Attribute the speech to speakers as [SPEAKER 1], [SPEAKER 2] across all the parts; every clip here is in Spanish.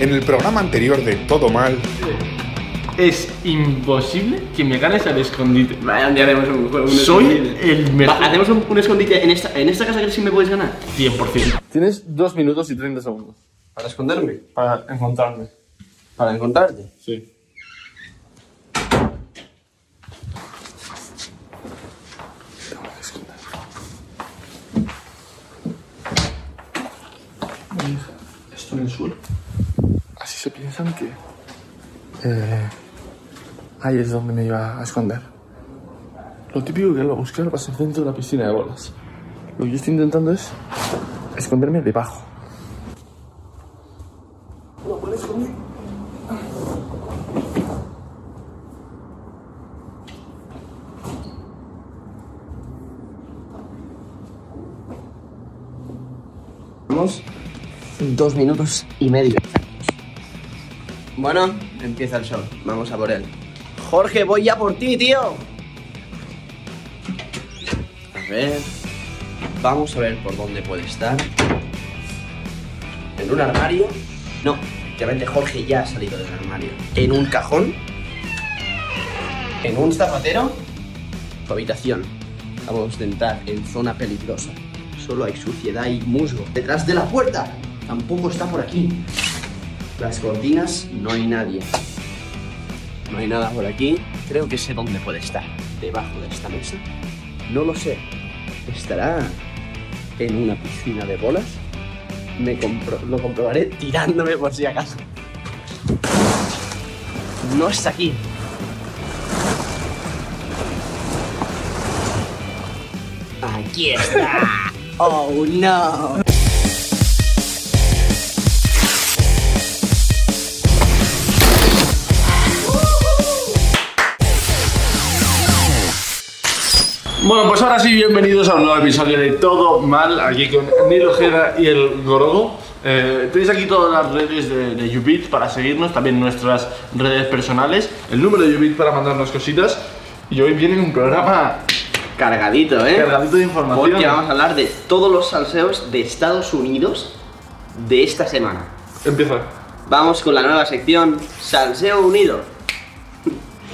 [SPEAKER 1] En el programa anterior de Todo Mal,
[SPEAKER 2] Es imposible que me ganes al escondite.
[SPEAKER 3] Vale, un día haremos un juego. un
[SPEAKER 2] Soy
[SPEAKER 3] escondite.
[SPEAKER 2] el
[SPEAKER 3] Va,
[SPEAKER 2] mejor.
[SPEAKER 3] hacemos un, un escondite en esta, en esta casa que sí me puedes ganar.
[SPEAKER 2] 100%.
[SPEAKER 4] Tienes 2 minutos y 30 segundos
[SPEAKER 3] Para esconderme.
[SPEAKER 4] para encontrarme.
[SPEAKER 3] Para encontrarte.
[SPEAKER 4] Sí.
[SPEAKER 3] Esto en el suelo.
[SPEAKER 4] Así se piensan que... eh, ahí es donde me iba a esconder. Lo típico que lo buscar va a ser dentro de la piscina de bolas. Lo que yo estoy intentando es esconderme debajo.
[SPEAKER 3] Vamos. Dos minutos y medio. Bueno, empieza el show. Vamos a por él. Jorge, voy ya por ti, tío. A ver. Vamos a ver por dónde puede estar. ¿En un armario? No, efectivamente Jorge ya ha salido del armario. ¿En un cajón? ¿En un zapatero? Tu habitación. Vamos de entrar en zona peligrosa. Solo hay suciedad y musgo. Detrás de la puerta. Tampoco está por aquí. Las cortinas, no hay nadie. No hay nada por aquí. Creo que sé dónde puede estar. Debajo de esta mesa. No lo sé. ¿Estará en una piscina de bolas? Me compro- lo comprobaré tirándome por si acaso. No está aquí. Aquí está. Oh no.
[SPEAKER 2] Bueno, pues ahora sí, bienvenidos a un nuevo episodio de Todo Mal, aquí con Nilo Ojeda y el Gorogo. Eh, tenéis aquí todas las redes de, de Ubit para seguirnos, también nuestras redes personales, el número de Ubit para mandarnos cositas. Y hoy viene un programa
[SPEAKER 3] Cargadito, ¿eh?
[SPEAKER 2] cargadito de información.
[SPEAKER 3] Porque vamos a hablar de todos los salseos de Estados Unidos de esta semana.
[SPEAKER 2] Empieza.
[SPEAKER 3] Vamos con la nueva sección Salseo Unido.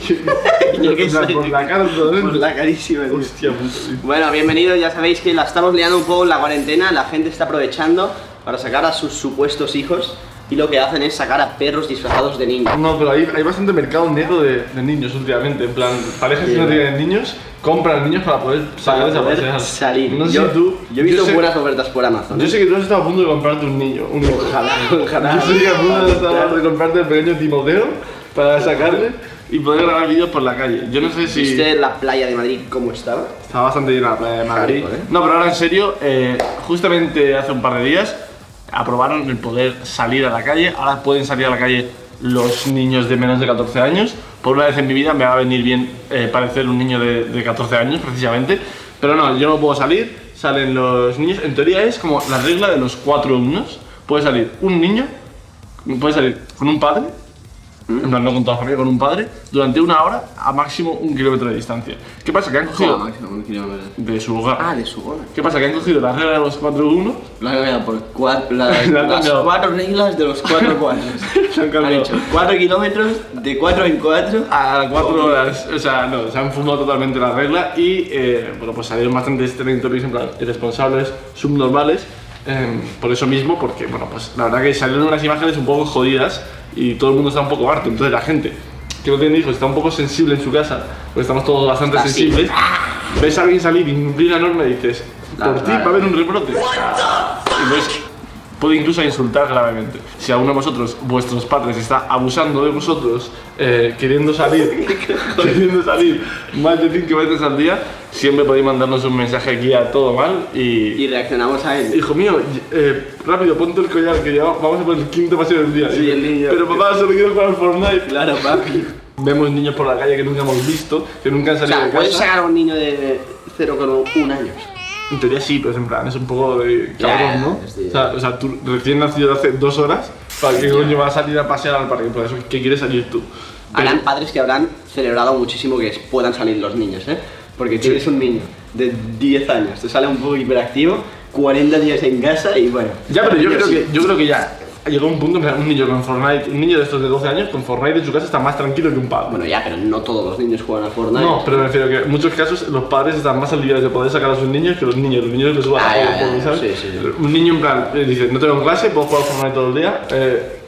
[SPEAKER 3] Yo qué sé.
[SPEAKER 2] Con Pues la cara todo
[SPEAKER 3] Por
[SPEAKER 2] dentro.
[SPEAKER 3] la carísima. tío.
[SPEAKER 2] Hostia puta.
[SPEAKER 3] Bueno, bienvenidos, ya sabéis que la estamos liando un poco en la cuarentena, la gente está aprovechando para sacar a sus supuestos hijos y lo que hacen es sacar a perros disfrazados de niños.
[SPEAKER 2] No, pero hay, hay bastante mercado negro de, de niños últimamente. En plan, parejas
[SPEAKER 3] Sí,
[SPEAKER 2] que no
[SPEAKER 3] ¿verdad?
[SPEAKER 2] tienen niños compran niños para poder
[SPEAKER 3] Para
[SPEAKER 2] salir a
[SPEAKER 3] poder
[SPEAKER 2] pasear.
[SPEAKER 3] salir.
[SPEAKER 2] No sé
[SPEAKER 3] yo,
[SPEAKER 2] si tú.
[SPEAKER 3] yo he visto
[SPEAKER 2] sé-
[SPEAKER 3] buenas ofertas por Amazon.
[SPEAKER 2] Yo sé que tú has estado a punto de comprarte un niño. Un hijo.
[SPEAKER 3] Ojalá, ojalá.
[SPEAKER 2] Yo sé que a punto de estar de comprarte el pequeño Timoteo para sacarle y poder grabar vídeos por la calle. Yo no sé si.
[SPEAKER 3] ¿Viste la playa de Madrid cómo estaba?
[SPEAKER 2] Está bastante llena la playa de Madrid.
[SPEAKER 3] Hardcore, ¿eh?
[SPEAKER 2] No, pero ahora en serio, eh, justamente hace un par de días aprobaron el poder salir a la calle. Ahora pueden salir a la calle los niños de menos de 14 años. Por una vez en mi vida me va a venir bien eh, parecer un niño de, de 14 años, precisamente. Pero no, yo no puedo salir. Salen los niños. En teoría es como la regla de los cuatro alumnos. Puede salir un niño, puede salir con un padre, en plan, no con toda la familia, con un padre, durante una hora a máximo un kilómetro de distancia. ¿Qué pasa? Que han cogido de su hogar.
[SPEAKER 3] Ah, de su gol.
[SPEAKER 2] ¿Qué pasa? Que han cogido la regla de los 4-1,
[SPEAKER 3] La han cambiado por cuatro, la-
[SPEAKER 2] La han
[SPEAKER 3] las
[SPEAKER 2] cambiado.
[SPEAKER 3] cuatro reglas de los cuatro cuadros.
[SPEAKER 2] se han
[SPEAKER 3] han
[SPEAKER 2] cambiado Ah.
[SPEAKER 3] hecho cuatro kilómetros de cuatro en cuatro.
[SPEAKER 2] a
[SPEAKER 3] Oh.
[SPEAKER 2] 4 horas. O sea, no, se han fumado totalmente la regla y, eh, bueno, pues salieron bastantes trending topics en plan irresponsables, subnormales. eh, por eso mismo, porque, bueno, pues la verdad que salieron unas imágenes un poco jodidas y todo el mundo está un poco harto. Entonces la gente que no tiene hijos está un poco sensible en su casa, porque estamos todos bastante
[SPEAKER 3] Está así.
[SPEAKER 2] sensibles. Ves a alguien salir y cumplir la norma y dices,
[SPEAKER 3] La
[SPEAKER 2] por ti va
[SPEAKER 3] verdad.
[SPEAKER 2] a haber un rebrote. O sea, Entonces, puede incluso insultar gravemente. Si alguno de vosotros, vuestros padres, está abusando de vosotros, eh, queriendo salir, queriendo salir más de cinco veces al día, siempre podéis mandarnos un mensaje aquí a todo mal y...
[SPEAKER 3] Y reaccionamos a él.
[SPEAKER 2] Hijo mío, eh, rápido, ponte el collar que ya vamos a por el quinto paseo del día.
[SPEAKER 3] Sí, el niño.
[SPEAKER 2] Pero papá, solo quiero jugar al Fortnite.
[SPEAKER 3] Claro, papi.
[SPEAKER 2] Vemos niños por la calle que nunca hemos visto, que nunca han
[SPEAKER 3] O
[SPEAKER 2] salido
[SPEAKER 3] sea,
[SPEAKER 2] de
[SPEAKER 3] puedes
[SPEAKER 2] casa.
[SPEAKER 3] sacar a un niño de 0,1 años.
[SPEAKER 2] En teoría sí, pero es en plan, es un poco de
[SPEAKER 3] Ya,
[SPEAKER 2] cabrón, ¿no?
[SPEAKER 3] sí.
[SPEAKER 2] O sea, o sea, tú recién nacido hace dos horas, ¿para qué coño vas a salir a pasear al parque? Por eso, ¿qué quieres salir tú? Pero-
[SPEAKER 3] Harán padres que habrán celebrado muchísimo que puedan salir los niños, ¿eh? Porque tienes un niño de 10 años, te sale un poco hiperactivo, 40 días en casa y bueno.
[SPEAKER 2] ya, pero yo creo,
[SPEAKER 3] sí.
[SPEAKER 2] que, yo creo que ya llegó un punto en plan, un niño con Fortnite, un niño de estos de 12 años con Fortnite en su casa está más tranquilo que un padre.
[SPEAKER 3] Bueno, ya, pero no todos los niños juegan a Fortnite.
[SPEAKER 2] No, pero me refiero que en muchos casos los padres están más aliviados de poder sacar a sus niños que los niños. Los niños les suban
[SPEAKER 3] Ah,
[SPEAKER 2] a
[SPEAKER 3] ya,
[SPEAKER 2] juego,
[SPEAKER 3] ya,
[SPEAKER 2] ¿sabes?
[SPEAKER 3] sí, sí.
[SPEAKER 2] Un niño en plan eh, dice, no tengo clase, puedo jugar Fortnite todo el día. eh,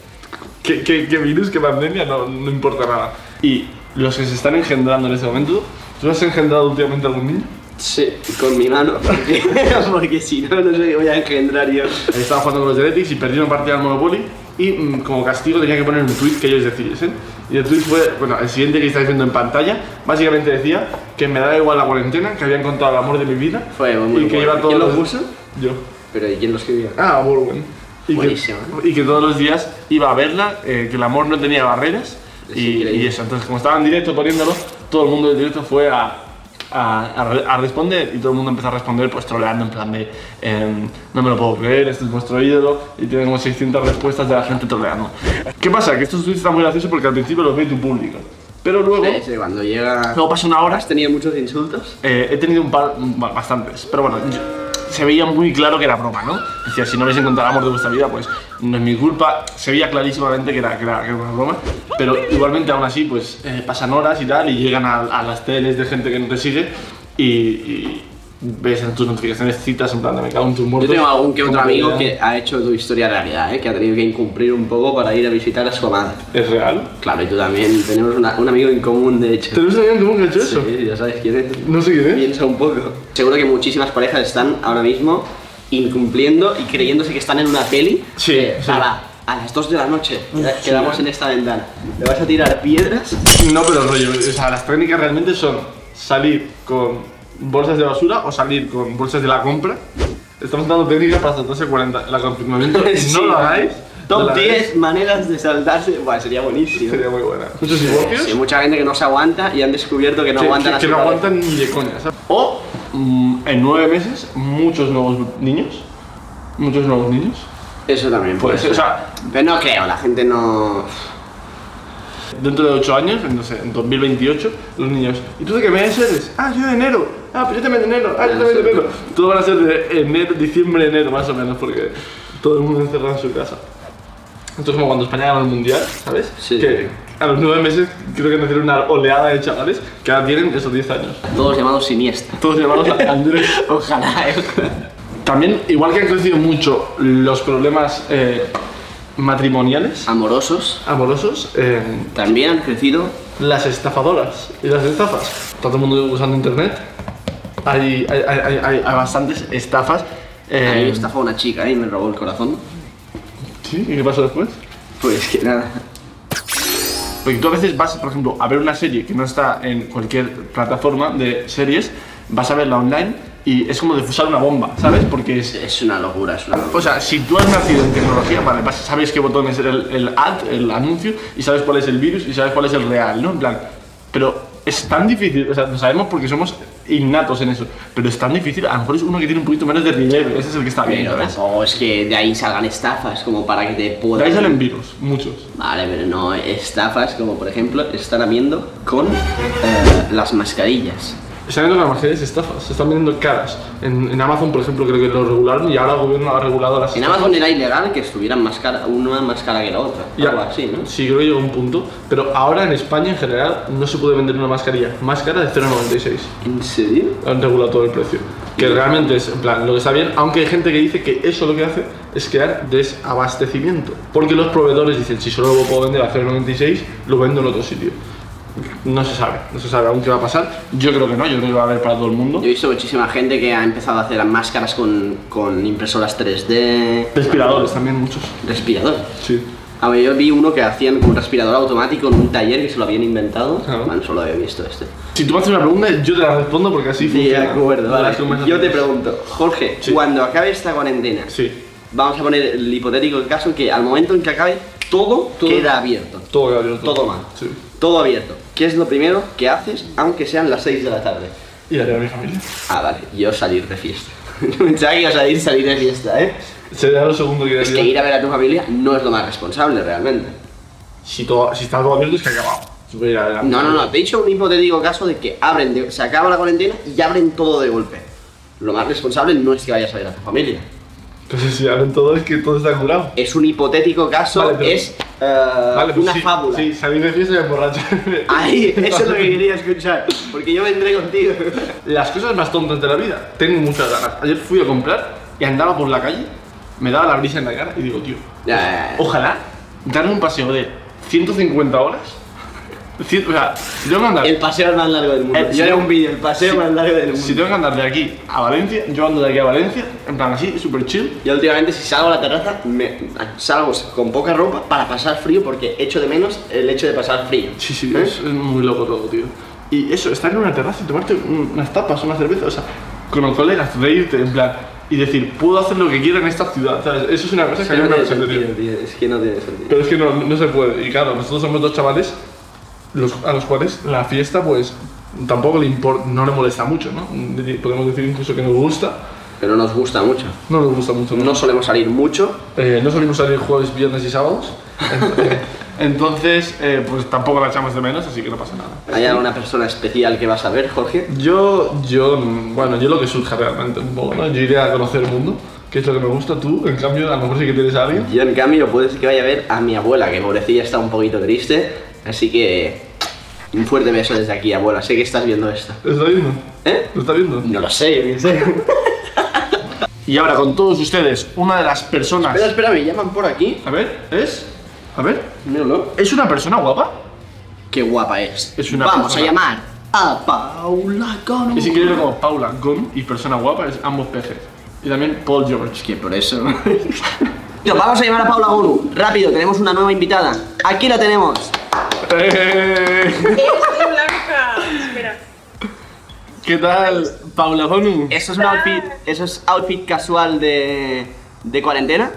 [SPEAKER 2] ¿qué, qué- qué virus, qué pandemia? No, no importa nada. Y los que se están engendrando en este momento, ¿tú has engendrado últimamente a algún niño?
[SPEAKER 3] Sí, con mi mano, porque, porque si no, no sé qué voy a engendrar yo.
[SPEAKER 2] Estaba jugando con los Genetics y perdí una partida al Monopoly. Y mm, como castigo tenía que poner un tweet que ellos decidiesen. Y el tweet fue, bueno, el siguiente que estáis viendo en pantalla. Básicamente decía que me daba igual la cuarentena, que había encontrado el amor de mi vida.
[SPEAKER 3] Fue muy
[SPEAKER 2] y que
[SPEAKER 3] bueno.
[SPEAKER 2] iba todos
[SPEAKER 3] ¿Quién lo
[SPEAKER 2] los-
[SPEAKER 3] puso?
[SPEAKER 2] Yo.
[SPEAKER 3] Pero ¿y quién lo escribió?
[SPEAKER 2] Ah, Borwen. Y que,
[SPEAKER 3] Buenísimo,
[SPEAKER 2] y que todos los días iba a verla, eh, que el amor no tenía barreras.
[SPEAKER 3] Es
[SPEAKER 2] Y,
[SPEAKER 3] increíble.
[SPEAKER 2] y eso, entonces como estaba en directo poniéndolo, todo el mundo en directo fue a, a- a re- a responder y todo el mundo empezó a responder pues troleando en plan de em, no me lo puedo creer, este es vuestro ídolo y tiene como 600 respuestas de la gente troleando. ¿Qué pasa? Que estos tweets están muy graciosos porque al principio los ve tu público, pero luego,
[SPEAKER 3] Sí, sí, cuando llega...
[SPEAKER 2] luego pasa una hora
[SPEAKER 3] ¿Has tenido ¿Eh? muchos insultos?
[SPEAKER 2] eh, he tenido un par, un- ba- bastantes, pero bueno, yo- se veía muy claro que era broma, ¿no? Decía, si no habéis encontrado el amor de vuestra vida, pues no es mi culpa. Se veía clarísimamente que era, que era, que era una broma, pero igualmente aún así, pues eh, pasan horas y tal, y llegan a, a las teles de gente que no te sigue y, y ves en tus notificaciones citas en plan de me cago en tus
[SPEAKER 3] Yo
[SPEAKER 2] muertos.
[SPEAKER 3] tengo algún que otro
[SPEAKER 2] Como
[SPEAKER 3] amigo
[SPEAKER 2] que
[SPEAKER 3] que ha hecho tu historia realidad, ¿eh? que ha tenido que incumplir un poco para ir a visitar a su amada.
[SPEAKER 2] ¿Es real?
[SPEAKER 3] Claro, y tú también. Tenemos una- un amigo en común, de hecho.
[SPEAKER 2] ¿Tenemos alguien en común que ha hecho eso?
[SPEAKER 3] Sí, ya sabes quién es.
[SPEAKER 2] No sé ¿eh? quién es.
[SPEAKER 3] Piensa un poco. Seguro que muchísimas parejas están ahora mismo incumpliendo y creyéndose que están en una peli.
[SPEAKER 2] Sí,
[SPEAKER 3] Eh,
[SPEAKER 2] sí.
[SPEAKER 3] A, la- a las 2 de la noche queda- quedamos en esta ventana. ¿Le vas a tirar piedras?
[SPEAKER 2] No, pero rollo, o sea, las técnicas realmente son salir con bolsas de basura o salir con bolsas de la compra. Estamos dando técnicas para saltarse 40 la confinamiento.
[SPEAKER 3] Sí.
[SPEAKER 2] no lo hagáis. no
[SPEAKER 3] Top
[SPEAKER 2] lo
[SPEAKER 3] 10 maneras de saltarse. Buah, sería
[SPEAKER 2] hagáis.
[SPEAKER 3] buenísimo.
[SPEAKER 2] Sería muy buena. Muchos divorcios
[SPEAKER 3] Sí, mucha gente que no se aguanta y han descubierto que no
[SPEAKER 2] que-
[SPEAKER 3] aguantan
[SPEAKER 2] que,
[SPEAKER 3] a
[SPEAKER 2] que
[SPEAKER 3] su
[SPEAKER 2] no
[SPEAKER 3] pareja.
[SPEAKER 2] aguantan ni de coña. ¿sabes? O mm, en nueve meses, muchos nuevos niños. Muchos nuevos niños.
[SPEAKER 3] Eso también puede
[SPEAKER 2] Pues,
[SPEAKER 3] ser.
[SPEAKER 2] o sea,
[SPEAKER 3] Pero no creo, la gente no.
[SPEAKER 2] Dentro de 8 años, en, no sé, en 2028, los niños. ¿Y tú de qué mes eres? Ah, yo de enero. Ah, pero yo también de enero. Ah, yo también de enero. Todo van a ser de enero, diciembre, enero, más o menos, porque todo el mundo encerrado en su casa. Esto es como cuando España ganó el mundial, ¿sabes?
[SPEAKER 3] Sí.
[SPEAKER 2] Que a los 9 meses creo que nacieron una oleada de chavales que ahora tienen esos 10 años.
[SPEAKER 3] Todos llamados siniestra.
[SPEAKER 2] Todos llamados a Andrés.
[SPEAKER 3] Ojalá, eh.
[SPEAKER 2] También, igual que han crecido mucho los problemas eh, matrimoniales,
[SPEAKER 3] Amorosos
[SPEAKER 2] amorosos, eh,
[SPEAKER 3] también han crecido.
[SPEAKER 2] las estafadoras y las estafas. Está todo el mundo usando internet. Hay, hay, hay, hay- hay- hay bastantes estafas.
[SPEAKER 3] A mí
[SPEAKER 2] Eh,
[SPEAKER 3] me estafó una chica ¿eh? y me robó el corazón.
[SPEAKER 2] ¿Sí? ¿Y qué pasó después?
[SPEAKER 3] Pues que nada.
[SPEAKER 2] Porque tú a veces vas, por ejemplo, a ver una serie que no está en cualquier plataforma de series, vas a verla online y es como defusar una bomba, ¿sabes? Porque es,
[SPEAKER 3] Es una locura, es una locura.
[SPEAKER 2] O sea, si tú has nacido en tecnología, vale, vas- sabes qué botón es el, el ad, el anuncio, y sabes cuál es el virus y sabes cuál es el real, ¿no? En plan, pero es tan difícil, o sea, lo sabemos porque somos innatos en eso, pero es tan difícil, a lo mejor es uno que tiene un poquito menos de relieve, ese es el que está bien,
[SPEAKER 3] Pero
[SPEAKER 2] ¿sabes?
[SPEAKER 3] tampoco es que de ahí salgan estafas, como para que te
[SPEAKER 2] De ahí
[SPEAKER 3] puedan.
[SPEAKER 2] salen virus, muchos.
[SPEAKER 3] Vale, pero no, estafas como por ejemplo están habiendo con eh, las mascarillas.
[SPEAKER 2] Están viendo las mascarillas estafas, se están vendiendo caras. En, en Amazon, por ejemplo, creo que lo regularon y ahora el gobierno ha regulado las
[SPEAKER 3] En
[SPEAKER 2] estafas.
[SPEAKER 3] Amazon era ilegal que estuvieran más cara, una más cara que la otra.
[SPEAKER 2] Ya.
[SPEAKER 3] Algo así, ¿no?
[SPEAKER 2] Sí, creo que llegó un punto, pero ahora en España en general no se puede vender una mascarilla más cara de 0,96.
[SPEAKER 3] ¿En serio?
[SPEAKER 2] han regulado todo el precio. Que realmente es, en plan, lo que está bien, aunque hay gente que dice que eso lo que hace es crear desabastecimiento. Porque los proveedores dicen, si solo lo puedo vender a 0,96, lo vendo en otro sitio. No se sabe, no se sabe aún qué va a pasar. Yo creo que no, yo creo que va a haber para todo el mundo.
[SPEAKER 3] Yo he visto muchísima gente que ha empezado a hacer máscaras con, con impresoras 3D.
[SPEAKER 2] Respiradores también muchos.
[SPEAKER 3] Respirador.
[SPEAKER 2] Sí.
[SPEAKER 3] A ver, yo vi uno que hacían con un respirador automático en un taller que se lo habían inventado.
[SPEAKER 2] Ah.
[SPEAKER 3] Man, solo había visto este.
[SPEAKER 2] Si tú me haces una pregunta, yo te la respondo porque así
[SPEAKER 3] De
[SPEAKER 2] funciona.
[SPEAKER 3] acuerdo,
[SPEAKER 2] Las
[SPEAKER 3] vale. Yo
[SPEAKER 2] conversaciones.
[SPEAKER 3] te pregunto, Jorge,
[SPEAKER 2] Sí.
[SPEAKER 3] cuando acabe esta cuarentena,
[SPEAKER 2] Sí,
[SPEAKER 3] vamos a poner el hipotético caso que al momento en que acabe, todo,
[SPEAKER 2] Todo.
[SPEAKER 3] queda abierto.
[SPEAKER 2] todo Gabriel.
[SPEAKER 3] Todo mal.
[SPEAKER 2] Sí.
[SPEAKER 3] Todo abierto. ¿Qué es lo primero que haces, aunque sean las 6 de la tarde?
[SPEAKER 2] Y haré a mi familia.
[SPEAKER 3] Ah, vale, yo salir de fiesta. Pensaba que ibas a decir salir de fiesta, ¿eh?
[SPEAKER 2] Sería lo segundo que
[SPEAKER 3] Es que
[SPEAKER 2] haría.
[SPEAKER 3] ir a ver a tu familia no es lo más responsable realmente.
[SPEAKER 2] Si, todo, si está todo abierto es que ha acabado. Se puede ir a-
[SPEAKER 3] No, no, no. Te he dicho un hipotético caso de que abren, de- se acaba la cuarentena y abren todo de golpe. Lo más responsable no es que vayas a ver a tu familia.
[SPEAKER 2] Pero si hablan todo es que todo está curado.
[SPEAKER 3] Es un hipotético caso,
[SPEAKER 2] Vale, pero- pues
[SPEAKER 3] es eh, una
[SPEAKER 2] sí,
[SPEAKER 3] fábula.
[SPEAKER 2] Sí, salí de fiesta y me emborracho.
[SPEAKER 3] Ahí, eso es lo que quería escuchar, porque yo vendré contigo.
[SPEAKER 2] Las cosas más tontas de la vida. Tengo muchas ganas. Ayer fui a comprar y andaba por la calle, me daba la brisa en la cara y digo, tío,
[SPEAKER 3] Ya, ya, ya.
[SPEAKER 2] ojalá darme un paseo de 150 horas. Cien- O sea, si tengo que andar,
[SPEAKER 3] El paseo más largo del mundo.
[SPEAKER 2] Eh,
[SPEAKER 3] yo
[SPEAKER 2] sí.
[SPEAKER 3] haré un vídeo, el paseo
[SPEAKER 2] Sí.
[SPEAKER 3] más largo del mundo.
[SPEAKER 2] si tengo que andar de aquí a Valencia, yo ando de aquí a Valencia, en plan así, súper chill.
[SPEAKER 3] Yo últimamente si salgo a la terraza, me, salgo con poca ropa para pasar frío porque echo de menos el hecho de pasar frío.
[SPEAKER 2] Sí, sí,
[SPEAKER 3] ¿Eh?
[SPEAKER 2] es, es muy loco todo, tío. Y eso, estar en una terraza y tomarte un- unas tapas, una cerveza, o sea, con los colegas, reírte, en plan, y decir, puedo hacer lo que quiera en esta ciudad, ¿sabes? Eso es una cosa
[SPEAKER 3] Es
[SPEAKER 2] que
[SPEAKER 3] que
[SPEAKER 2] a mí
[SPEAKER 3] no
[SPEAKER 2] me
[SPEAKER 3] tiene
[SPEAKER 2] parece, tío.
[SPEAKER 3] sentido, tío, es que no tiene sentido.
[SPEAKER 2] Pero es que no, no se puede. Y claro, nosotros somos dos chavales los- a los cuales la fiesta, pues, tampoco le import- no le molesta mucho, ¿no? Deci- Podemos decir incluso que nos gusta.
[SPEAKER 3] Pero nos gusta mucho.
[SPEAKER 2] No nos gusta mucho, ¿no?
[SPEAKER 3] No solemos salir mucho.
[SPEAKER 2] Eh, no salimos salir jueves, viernes y sábados. Entonces, eh, pues tampoco la echamos de menos, así que no pasa nada.
[SPEAKER 3] ¿Hay alguna persona especial que vas a ver, Jorge?
[SPEAKER 2] Yo, yo, mm, bueno, yo lo que surja realmente un poco, ¿no? Yo iré a conocer el mundo, que es lo que me gusta. Tú, en cambio, a lo mejor sí que tienes a alguien.
[SPEAKER 3] Yo en cambio puedo decir que vaya a ver a mi abuela, que pobrecilla está un poquito triste. Así que un fuerte beso desde aquí, abuela. Sé que estás viendo esto.
[SPEAKER 2] ¿Lo está viendo?
[SPEAKER 3] ¿Eh?
[SPEAKER 2] ¿Lo está viendo?
[SPEAKER 3] No lo sé, yo qué sé.
[SPEAKER 2] Y ahora con todos ustedes, una de las personas...
[SPEAKER 3] Espera, espera, me llaman por aquí.
[SPEAKER 2] A ver, es... A ver...
[SPEAKER 3] Míralo.
[SPEAKER 2] ¿Es una persona guapa?
[SPEAKER 3] Qué guapa es.
[SPEAKER 2] Es una
[SPEAKER 3] Vamos
[SPEAKER 2] persona.
[SPEAKER 3] a llamar a Paula Cono.
[SPEAKER 2] Y si quieres como Paula Gom y persona guapa es ambos peces. Y también Paul George.
[SPEAKER 3] Que por eso. Tío, vamos a llamar a Paula Gonu. Rápido, tenemos una nueva invitada. Aquí la tenemos.
[SPEAKER 2] Eh,
[SPEAKER 5] ¡Es blanca! Espera.
[SPEAKER 2] ¿Qué tal, Paula Gonu?
[SPEAKER 3] Eso es un outfit, eso es outfit casual de, de cuarentena.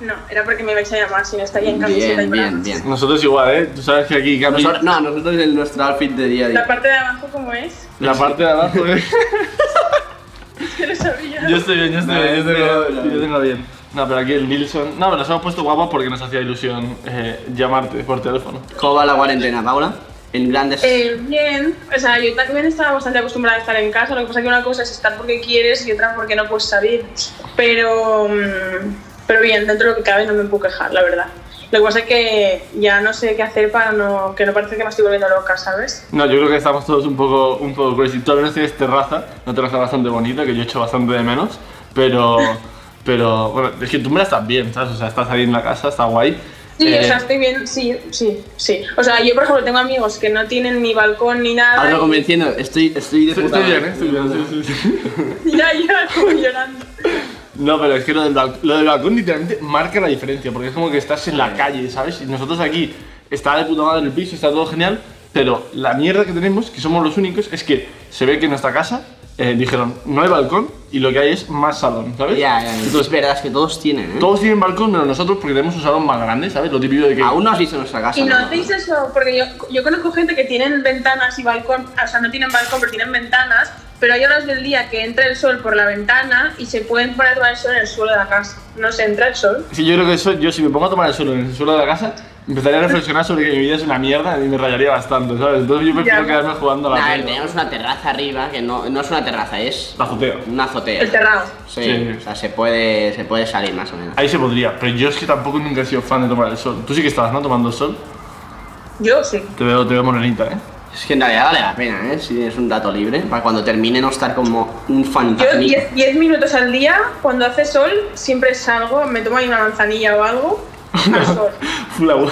[SPEAKER 5] No, era porque me ibais a llamar si no estaría en camiseta y bragas.
[SPEAKER 2] Nosotros igual, ¿eh? Tú sabes que aquí cambia
[SPEAKER 3] Nosotros- no, nosotros el nuestro outfit de día a
[SPEAKER 5] La
[SPEAKER 3] día.
[SPEAKER 5] parte de abajo, ¿cómo es?
[SPEAKER 2] la parte de abajo. ¿eh?
[SPEAKER 5] Yo lo sabía.
[SPEAKER 2] yo estoy bien, yo estoy
[SPEAKER 3] No,
[SPEAKER 2] bien, yo
[SPEAKER 3] no,
[SPEAKER 2] tengo,
[SPEAKER 3] no,
[SPEAKER 2] yo
[SPEAKER 3] no.
[SPEAKER 2] tengo bien. No, pero aquí el Nilsson... No, pero nos hemos puesto guapos porque nos hacía ilusión eh, llamarte por teléfono.
[SPEAKER 3] ¿Cómo va la cuarentena, Paula? En grandes.
[SPEAKER 5] Eh, bien, o sea, yo también estaba bastante acostumbrada a estar en casa. Lo que pasa es que una cosa es estar porque quieres y otra porque no puedes salir. Pero, mm, pero bien, dentro de lo que cabe no me puedo quejar, la verdad. Lo que pasa es que ya no sé qué hacer para no, que no parezca que me estoy volviendo loca, ¿sabes?
[SPEAKER 2] No, yo creo que estamos todos un poco, un poco crazy. Tú al menos tienes terraza, este una terraza bastante bonita, que yo echo bastante de menos, pero... Pero, bueno, es que tú me la estás bien, ¿sabes? O sea, estás ahí en la casa, está guay.
[SPEAKER 5] Sí,
[SPEAKER 2] Eh,
[SPEAKER 5] o sea, estoy bien, sí, sí, sí. O sea, yo por ejemplo tengo amigos que no tienen ni balcón ni nada.
[SPEAKER 3] Ahora
[SPEAKER 5] y-
[SPEAKER 3] convenciendo, estoy, estoy de
[SPEAKER 2] estoy-
[SPEAKER 3] puta
[SPEAKER 2] estoy bien,
[SPEAKER 3] madre.
[SPEAKER 2] ¿eh? Estoy bien, sí, sí, sí.
[SPEAKER 5] Ya, ya, como llorando.
[SPEAKER 2] No, pero es que lo del, balc- lo del balcón literalmente marca la diferencia, porque es como que estás en la calle, ¿sabes? Y nosotros aquí, está de puta madre el piso, está todo genial, pero la mierda que tenemos, que somos los únicos, es que se ve que en nuestra casa eh, dijeron, no hay balcón y lo que hay es más salón, ¿sabes?
[SPEAKER 3] Ya, ya, ya.
[SPEAKER 2] Entonces,
[SPEAKER 3] es verdad, es que todos tienen, ¿eh?
[SPEAKER 2] Todos tienen balcón menos nosotros porque tenemos un salón más grande, ¿sabes? Lo típico de que.
[SPEAKER 3] Aún no has visto nuestra casa.
[SPEAKER 5] Y no
[SPEAKER 3] ¿no?
[SPEAKER 5] hacéis eso, porque yo, yo conozco gente que tienen ventanas y balcón, o sea, no tienen balcón, pero tienen ventanas, pero hay horas del día que entra el sol por la ventana y se pueden poner a tomar el sol en el suelo de la casa. No se entra el sol.
[SPEAKER 2] Sí, yo creo que eso, yo si me pongo a tomar el suelo en el suelo de la casa, empezaría a reflexionar sobre que mi vida es una mierda y me rayaría bastante, ¿sabes? Entonces yo prefiero
[SPEAKER 5] Ya.
[SPEAKER 2] quedarme jugando a
[SPEAKER 3] Nah,
[SPEAKER 2] la
[SPEAKER 3] a ver,
[SPEAKER 2] play,
[SPEAKER 3] tenemos una terraza arriba, que no, no es una terraza, es
[SPEAKER 2] la azotea.
[SPEAKER 3] una azotea.
[SPEAKER 5] El terrado.
[SPEAKER 3] Sí,
[SPEAKER 2] Sí.
[SPEAKER 3] o sea, se puede, se puede salir más o menos.
[SPEAKER 2] Ahí se podría, pero yo es que tampoco nunca he sido fan de tomar el sol. Tú sí que estabas, ¿no? Tomando el sol.
[SPEAKER 5] Yo sí.
[SPEAKER 2] Te veo, te veo morenita, ¿eh?
[SPEAKER 3] Es que en realidad vale la pena, ¿eh? Si tienes un rato libre, para cuando termine no estar como un
[SPEAKER 5] Yo
[SPEAKER 3] fantasma.
[SPEAKER 5] 10 minutos al día, cuando hace sol, siempre salgo, me tomo ahí una manzanilla o algo. Al sol.
[SPEAKER 2] Full agua.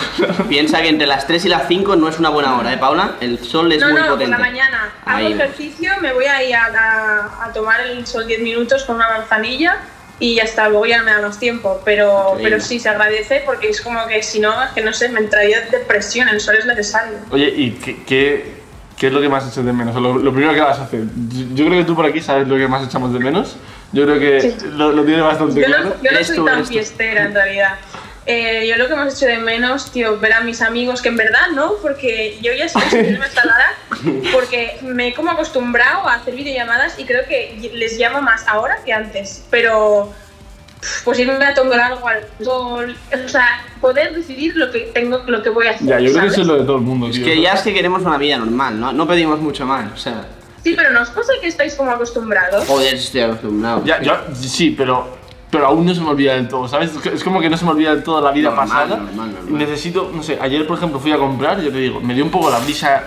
[SPEAKER 3] Piensa que entre las 3 y las 5 no es una buena hora, ¿eh, Paula? El sol es
[SPEAKER 5] No,
[SPEAKER 3] muy
[SPEAKER 5] no,
[SPEAKER 3] potente.
[SPEAKER 5] por la mañana. Hago
[SPEAKER 3] Ahí.
[SPEAKER 5] ejercicio, me voy ahí a, a- a tomar el sol 10 minutos con una manzanilla y ya está, luego ya no me da más tiempo. Pero,
[SPEAKER 3] Increíble.
[SPEAKER 5] pero sí, se agradece porque es como que si no, es que no sé, me entraría depresión, el sol es necesario.
[SPEAKER 2] Oye, ¿y qué, qué, qué es lo que más echas de menos? O Lo, lo primero que vas a hacer. Yo, yo creo que tú por aquí sabes lo que más echamos de menos. Yo creo que
[SPEAKER 5] Sí.
[SPEAKER 2] lo, lo tienes bastante
[SPEAKER 5] Yo
[SPEAKER 2] claro.
[SPEAKER 5] no, yo no
[SPEAKER 3] Eres
[SPEAKER 5] soy
[SPEAKER 3] tú,
[SPEAKER 5] tan
[SPEAKER 3] eres tú.
[SPEAKER 5] fiestera en realidad. Eh, yo lo que hemos hecho de menos, tío, ver a mis amigos, que en verdad no, porque yo ya sé que me instalada, porque me he como acostumbrado a hacer videollamadas y creo que les llamo más ahora que antes. Pero pf, pues irme a tomar algo al sol, o sea, poder decidir lo que tengo, lo que voy a hacer.
[SPEAKER 2] Ya, yo creo que
[SPEAKER 5] ¿sabes?
[SPEAKER 2] eso es lo de todo el mundo,
[SPEAKER 3] Es
[SPEAKER 2] tío.
[SPEAKER 3] que ya es que queremos una vida normal, ¿no? No pedimos mucho más, o sea...
[SPEAKER 5] Sí, pero no os pasa que estáis como acostumbrados.
[SPEAKER 3] Joder, estoy acostumbrado.
[SPEAKER 2] Ya, yo- sí, pero pero aún no se me olvida del todo, ¿sabes? Es que- Es como que no se me olvida del todo la vida
[SPEAKER 3] Normal,
[SPEAKER 2] pasada.
[SPEAKER 3] normal, normal.
[SPEAKER 2] Y Necesito, no sé, ayer por ejemplo fui a comprar, yo te digo, me dio un poco la brisa.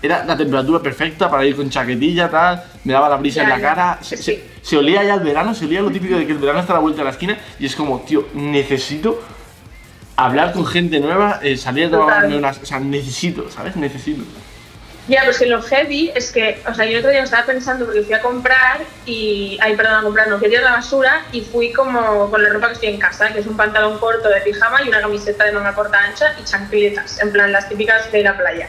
[SPEAKER 2] Era la temperatura perfecta para ir con chaquetilla, tal, me daba la brisa
[SPEAKER 5] Ya,
[SPEAKER 2] en la
[SPEAKER 5] ya.
[SPEAKER 2] cara. Se,
[SPEAKER 5] Sí.
[SPEAKER 2] se- se olía ya el verano, se olía lo típico de que el verano está a la vuelta de la esquina y es como, tío, necesito hablar con gente nueva, eh, salir a tomarme
[SPEAKER 5] Total.
[SPEAKER 2] unas. O sea, necesito, ¿sabes? Necesito.
[SPEAKER 5] Ya, pues que lo heavy es que, o sea, yo el otro día me estaba pensando porque fui a comprar y, ay, perdón, a comprar, no, fui a tirar la basura y fui como con la ropa que estoy en casa, que es un pantalón corto de pijama y una camiseta de manga corta ancha y chancletas, en plan las típicas de la playa.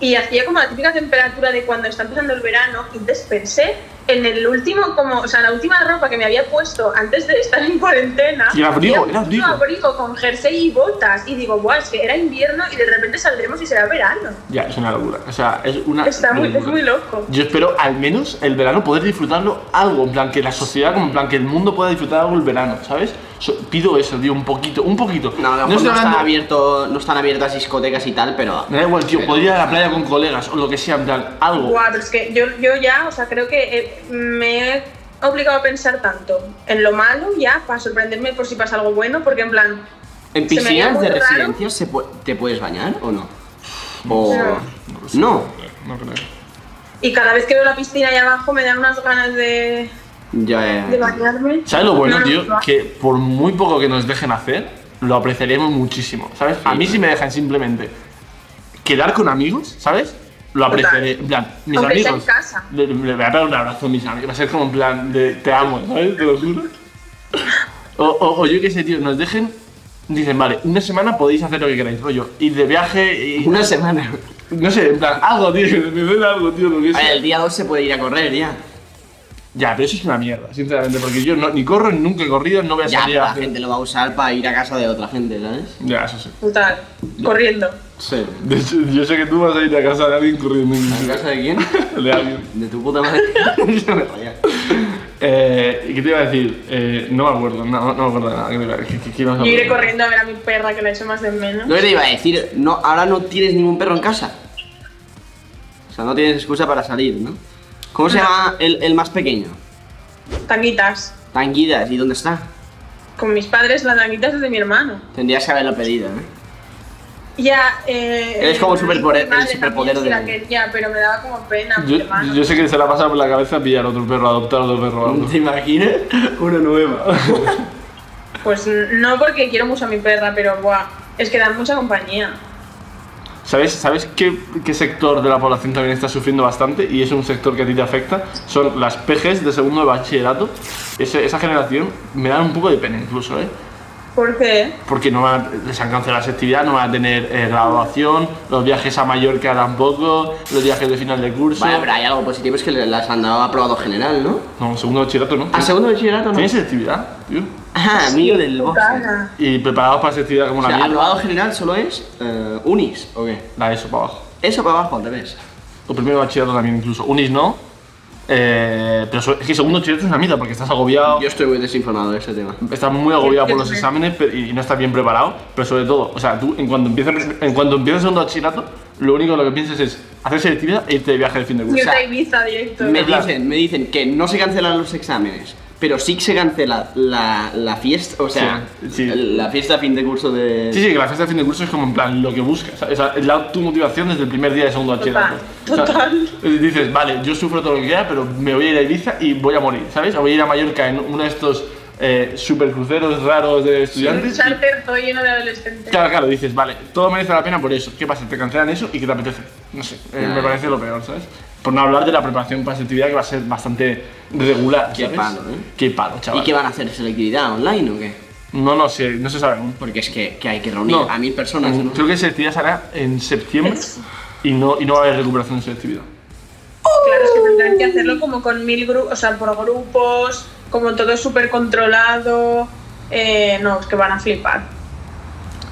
[SPEAKER 5] Y hacía como la típica temperatura de cuando está empezando el verano y entonces pensé en el último, como, o sea, la última ropa que me había puesto antes de estar en cuarentena.
[SPEAKER 2] Y abrigo,
[SPEAKER 5] un
[SPEAKER 2] era abrigo.
[SPEAKER 5] abrigo con jersey y botas y digo, guau, es que era invierno y de repente saldremos y será verano.
[SPEAKER 2] Ya, es una locura. O sea, es una.
[SPEAKER 5] Está muy, es
[SPEAKER 2] locura.
[SPEAKER 5] muy loco.
[SPEAKER 2] Yo espero al menos el verano poder disfrutarlo algo, en plan que la sociedad, como en plan que el mundo pueda disfrutar algo el verano, ¿sabes? So- pido eso, tío, un poquito, un poquito.
[SPEAKER 3] No, a lo mejor no,
[SPEAKER 2] estoy
[SPEAKER 3] están
[SPEAKER 2] hablando-
[SPEAKER 3] abierto, no están abiertas discotecas y tal, pero.
[SPEAKER 2] Me da igual, tío, podría ir a la playa con colegas o lo que sea, en plan, algo.
[SPEAKER 5] Guau, pero es que yo, yo ya, o sea, creo que eh, me he obligado a pensar tanto en lo malo ya para sorprenderme por si pasa algo bueno, porque en plan,
[SPEAKER 3] ¿En
[SPEAKER 5] Se me haría
[SPEAKER 3] piscinas
[SPEAKER 5] muy
[SPEAKER 3] de
[SPEAKER 5] raro.
[SPEAKER 3] residencias se pu- te puedes bañar o no? O.
[SPEAKER 2] No lo sé.
[SPEAKER 3] No.
[SPEAKER 2] No creo.
[SPEAKER 5] y cada vez que veo la piscina ahí abajo me dan unas ganas de,
[SPEAKER 3] Ya,
[SPEAKER 5] de
[SPEAKER 3] ya.
[SPEAKER 5] bañarme.
[SPEAKER 2] ¿Sabes lo bueno,
[SPEAKER 5] No, no,
[SPEAKER 2] tío?
[SPEAKER 5] no.
[SPEAKER 2] Que por muy poco que nos dejen hacer, lo apreciaríamos muchísimo, ¿sabes? a mí si me dejan simplemente quedar con amigos, ¿sabes? Lo
[SPEAKER 5] Total.
[SPEAKER 2] apreciaré, en plan, mis
[SPEAKER 5] Aunque sea
[SPEAKER 2] amigos.
[SPEAKER 5] en casa.
[SPEAKER 2] Le, le voy a dar un abrazo a mis amigos, va a ser como en plan de te amo, ¿sabes? Te lo juro. O, o- o yo qué sé, tío, nos dejen, dicen, vale, una semana podéis hacer lo que queráis, rollo, ir de viaje y...
[SPEAKER 3] Una semana.
[SPEAKER 2] No sé, en plan, algo, tío, que me den algo, tío, lo que
[SPEAKER 3] A
[SPEAKER 2] sea.
[SPEAKER 3] ver, el día 2 se puede ir a correr ya.
[SPEAKER 2] Ya, pero eso es una mierda, sinceramente, porque yo no- ni corro, nunca he corrido, no voy a
[SPEAKER 3] Ya,
[SPEAKER 2] salir
[SPEAKER 3] pero
[SPEAKER 2] a
[SPEAKER 3] la
[SPEAKER 2] hacer-
[SPEAKER 3] gente lo va a usar para ir a casa de otra gente, ¿sabes?
[SPEAKER 2] Ya, eso sí.
[SPEAKER 5] Total, corriendo.
[SPEAKER 3] Sí.
[SPEAKER 2] De hecho, yo sé que tú vas a ir a casa de alguien corriendo
[SPEAKER 3] ¿A
[SPEAKER 2] inclusive.
[SPEAKER 3] casa de quién?
[SPEAKER 2] De alguien.
[SPEAKER 3] De tu puta madre. No me jodas.
[SPEAKER 2] Eh, ¿y ¿Qué te iba a decir? Eh, no me acuerdo, no, no me acuerdo de nada. ¿Qué te iba a- qué- qué- qué ibas a
[SPEAKER 5] Yo iré
[SPEAKER 2] hablar?
[SPEAKER 5] corriendo a ver a mi perra que la he hecho más de menos.
[SPEAKER 3] Lo que te iba a decir, no, ahora no tienes ningún perro en casa. O sea, no tienes excusa para salir, ¿no? ¿Cómo se
[SPEAKER 5] No.
[SPEAKER 3] llama el, el más pequeño?
[SPEAKER 5] Tanguitas.
[SPEAKER 3] Tanguidas, ¿y dónde está?
[SPEAKER 5] Con mis padres la tanguitas es de mi hermano.
[SPEAKER 3] Tendrías que haberlo pedido, ¿eh?
[SPEAKER 5] Ya, eh...
[SPEAKER 3] Eres como superpoder- el
[SPEAKER 5] madre también
[SPEAKER 3] superpoder
[SPEAKER 5] sí
[SPEAKER 3] de-
[SPEAKER 5] la quería, pero me daba como pena mi hermano.
[SPEAKER 2] Yo, yo sé que se le ha pasado por la cabeza pillar otro perro, adoptar otro perro. o algo.
[SPEAKER 3] ¿Te imaginas? Una nueva.
[SPEAKER 5] Pues n- no porque quiero mucho a mi perra, pero buah, es que dan mucha compañía.
[SPEAKER 2] ¿Sabes, ¿sabes qué, qué sector de la población también está sufriendo bastante? Y es un sector que a ti te afecta. Son las pejes de segundo de bachillerato. Ese- esa generación me da un poco de pena incluso, ¿eh?
[SPEAKER 5] Porque
[SPEAKER 2] porque no van a- les han cancelado las actividades, no van a tener eh, graduación, los viajes a Mallorca tampoco, los viajes de final de curso.
[SPEAKER 3] Vale, pero hay algo positivo, es que le- las han dado aprobado general, ¿no?
[SPEAKER 2] No, segundo de bachillerato, ¿no?
[SPEAKER 3] ¿A Ah, segundo de bachillerato no?
[SPEAKER 2] ¿Tienes selectividad, tío?
[SPEAKER 3] Ah, amigo del boss.
[SPEAKER 5] cara.
[SPEAKER 2] Y preparados para selectividad como
[SPEAKER 3] O
[SPEAKER 2] la
[SPEAKER 3] sea,
[SPEAKER 2] mía.
[SPEAKER 3] aprobado general solo es eh, unis, ¿o qué?
[SPEAKER 2] La ESO para abajo.
[SPEAKER 3] Eso para abajo, te ves.
[SPEAKER 2] O primero de bachillerato también incluso. Unis no. eh, pero so- es que segundo de bachillerato es una mierda porque estás agobiado.
[SPEAKER 3] Yo estoy muy desinformado de este tema.
[SPEAKER 2] Estás muy agobiado por los
[SPEAKER 5] Sí.
[SPEAKER 2] exámenes pero- y y no estás bien preparado, pero sobre todo, o sea, tú en cuanto empiezas, en cuanto empiezas segundo de bachillerato, lo único en lo que piensas es hacer selectividad e irte de viaje de fin de curso.
[SPEAKER 5] yo
[SPEAKER 3] sea,
[SPEAKER 5] te Ibiza directo.
[SPEAKER 3] Me
[SPEAKER 2] plan.
[SPEAKER 3] dicen, me dicen que no se cancelan los exámenes, pero sí que se cancela la, la fiesta, o sea,
[SPEAKER 2] Sí, sí.
[SPEAKER 3] la fiesta a fin de curso de...
[SPEAKER 2] Sí, sí, que la fiesta de fin de curso es como en plan lo que buscas. O sea, es la, tu motivación desde el primer día de segundo
[SPEAKER 5] Total,
[SPEAKER 2] bachillerato.
[SPEAKER 5] total.
[SPEAKER 2] O sea, dices, vale, yo sufro todo lo que quiera, pero me voy a ir a Ibiza y voy a morir, ¿sabes? O voy a ir a Mallorca en uno de estos eh, super cruceros raros de
[SPEAKER 5] Un
[SPEAKER 2] estudiantes.
[SPEAKER 5] charter todo lleno de adolescentes.
[SPEAKER 2] Claro, claro, dices, vale, todo merece la pena por eso. ¿Qué pasa? Te cancelan eso y que te apetece. No sé, eh,
[SPEAKER 3] Ya,
[SPEAKER 2] me
[SPEAKER 3] ya.
[SPEAKER 2] parece lo peor, ¿sabes? Por no hablar de la preparación para esa actividad que va a ser bastante regular.
[SPEAKER 3] Qué
[SPEAKER 2] ¿sabes?
[SPEAKER 3] palo, ¿eh?
[SPEAKER 2] Qué palo, chaval.
[SPEAKER 3] ¿Y qué van a hacer? ¿Selectividad online o qué?
[SPEAKER 2] No, no sé, no se sabe aún.
[SPEAKER 3] Porque es que, que hay que reunir
[SPEAKER 2] No.
[SPEAKER 3] a mil personas. ¿no?
[SPEAKER 2] Creo que selectividad se hará en septiembre y no, y no va a haber recuperación de selectividad.
[SPEAKER 5] Claro, es que tendrán que hacerlo como con mil grupos, o sea, por grupos, como todo súper controlado. Eh, no, es que van a flipar.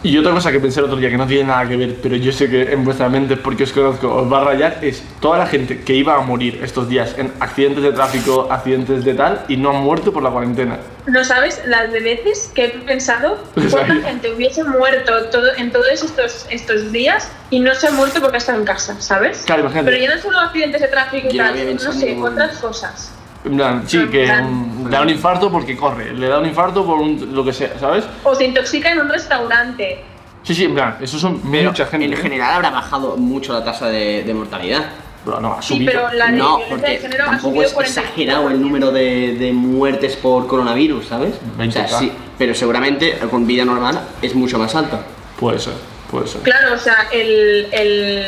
[SPEAKER 2] Y otra cosa que pensé el otro día que no tiene nada que ver, pero yo sé que en vuestra mente, porque os conozco, os va a rayar, es toda la gente que iba a morir estos días en accidentes de tráfico, accidentes de tal, y no han muerto por la cuarentena.
[SPEAKER 5] No sabes las de veces que he pensado cuánta
[SPEAKER 2] Exacto.
[SPEAKER 5] gente hubiese muerto todo, en todos estos, estos días y no se ha muerto porque ha estado en casa, ¿sabes?
[SPEAKER 2] Claro, imagínate.
[SPEAKER 5] Pero ya no solo accidentes de tráfico y
[SPEAKER 3] Yo no
[SPEAKER 5] tal,
[SPEAKER 3] había
[SPEAKER 5] no
[SPEAKER 3] pensado en
[SPEAKER 5] sé,
[SPEAKER 3] ningún-
[SPEAKER 5] otras cosas.
[SPEAKER 2] En plan, sí,
[SPEAKER 5] En
[SPEAKER 2] que
[SPEAKER 5] plan-
[SPEAKER 2] mm, le da un infarto porque corre, le da un infarto por un, lo que sea, ¿sabes?
[SPEAKER 5] O se intoxica en un restaurante.
[SPEAKER 2] Sí, sí, en plan, eso son
[SPEAKER 3] Pero
[SPEAKER 2] mucha gente.
[SPEAKER 3] en
[SPEAKER 2] ¿eh?
[SPEAKER 3] general habrá bajado mucho la tasa de, de mortalidad.
[SPEAKER 2] Pero no, ha
[SPEAKER 5] Sí,
[SPEAKER 2] subido.
[SPEAKER 5] pero la de
[SPEAKER 3] no,
[SPEAKER 5] violencia
[SPEAKER 3] porque
[SPEAKER 5] de género ha
[SPEAKER 3] tampoco
[SPEAKER 5] subido
[SPEAKER 3] es
[SPEAKER 5] 40.
[SPEAKER 3] exagerado el número de, de muertes por coronavirus, ¿sabes? O
[SPEAKER 2] 20K.
[SPEAKER 3] sea, sí, pero seguramente con vida normal es mucho más alto.
[SPEAKER 2] Puede ser, puede ser.
[SPEAKER 5] Claro, o sea, el, el-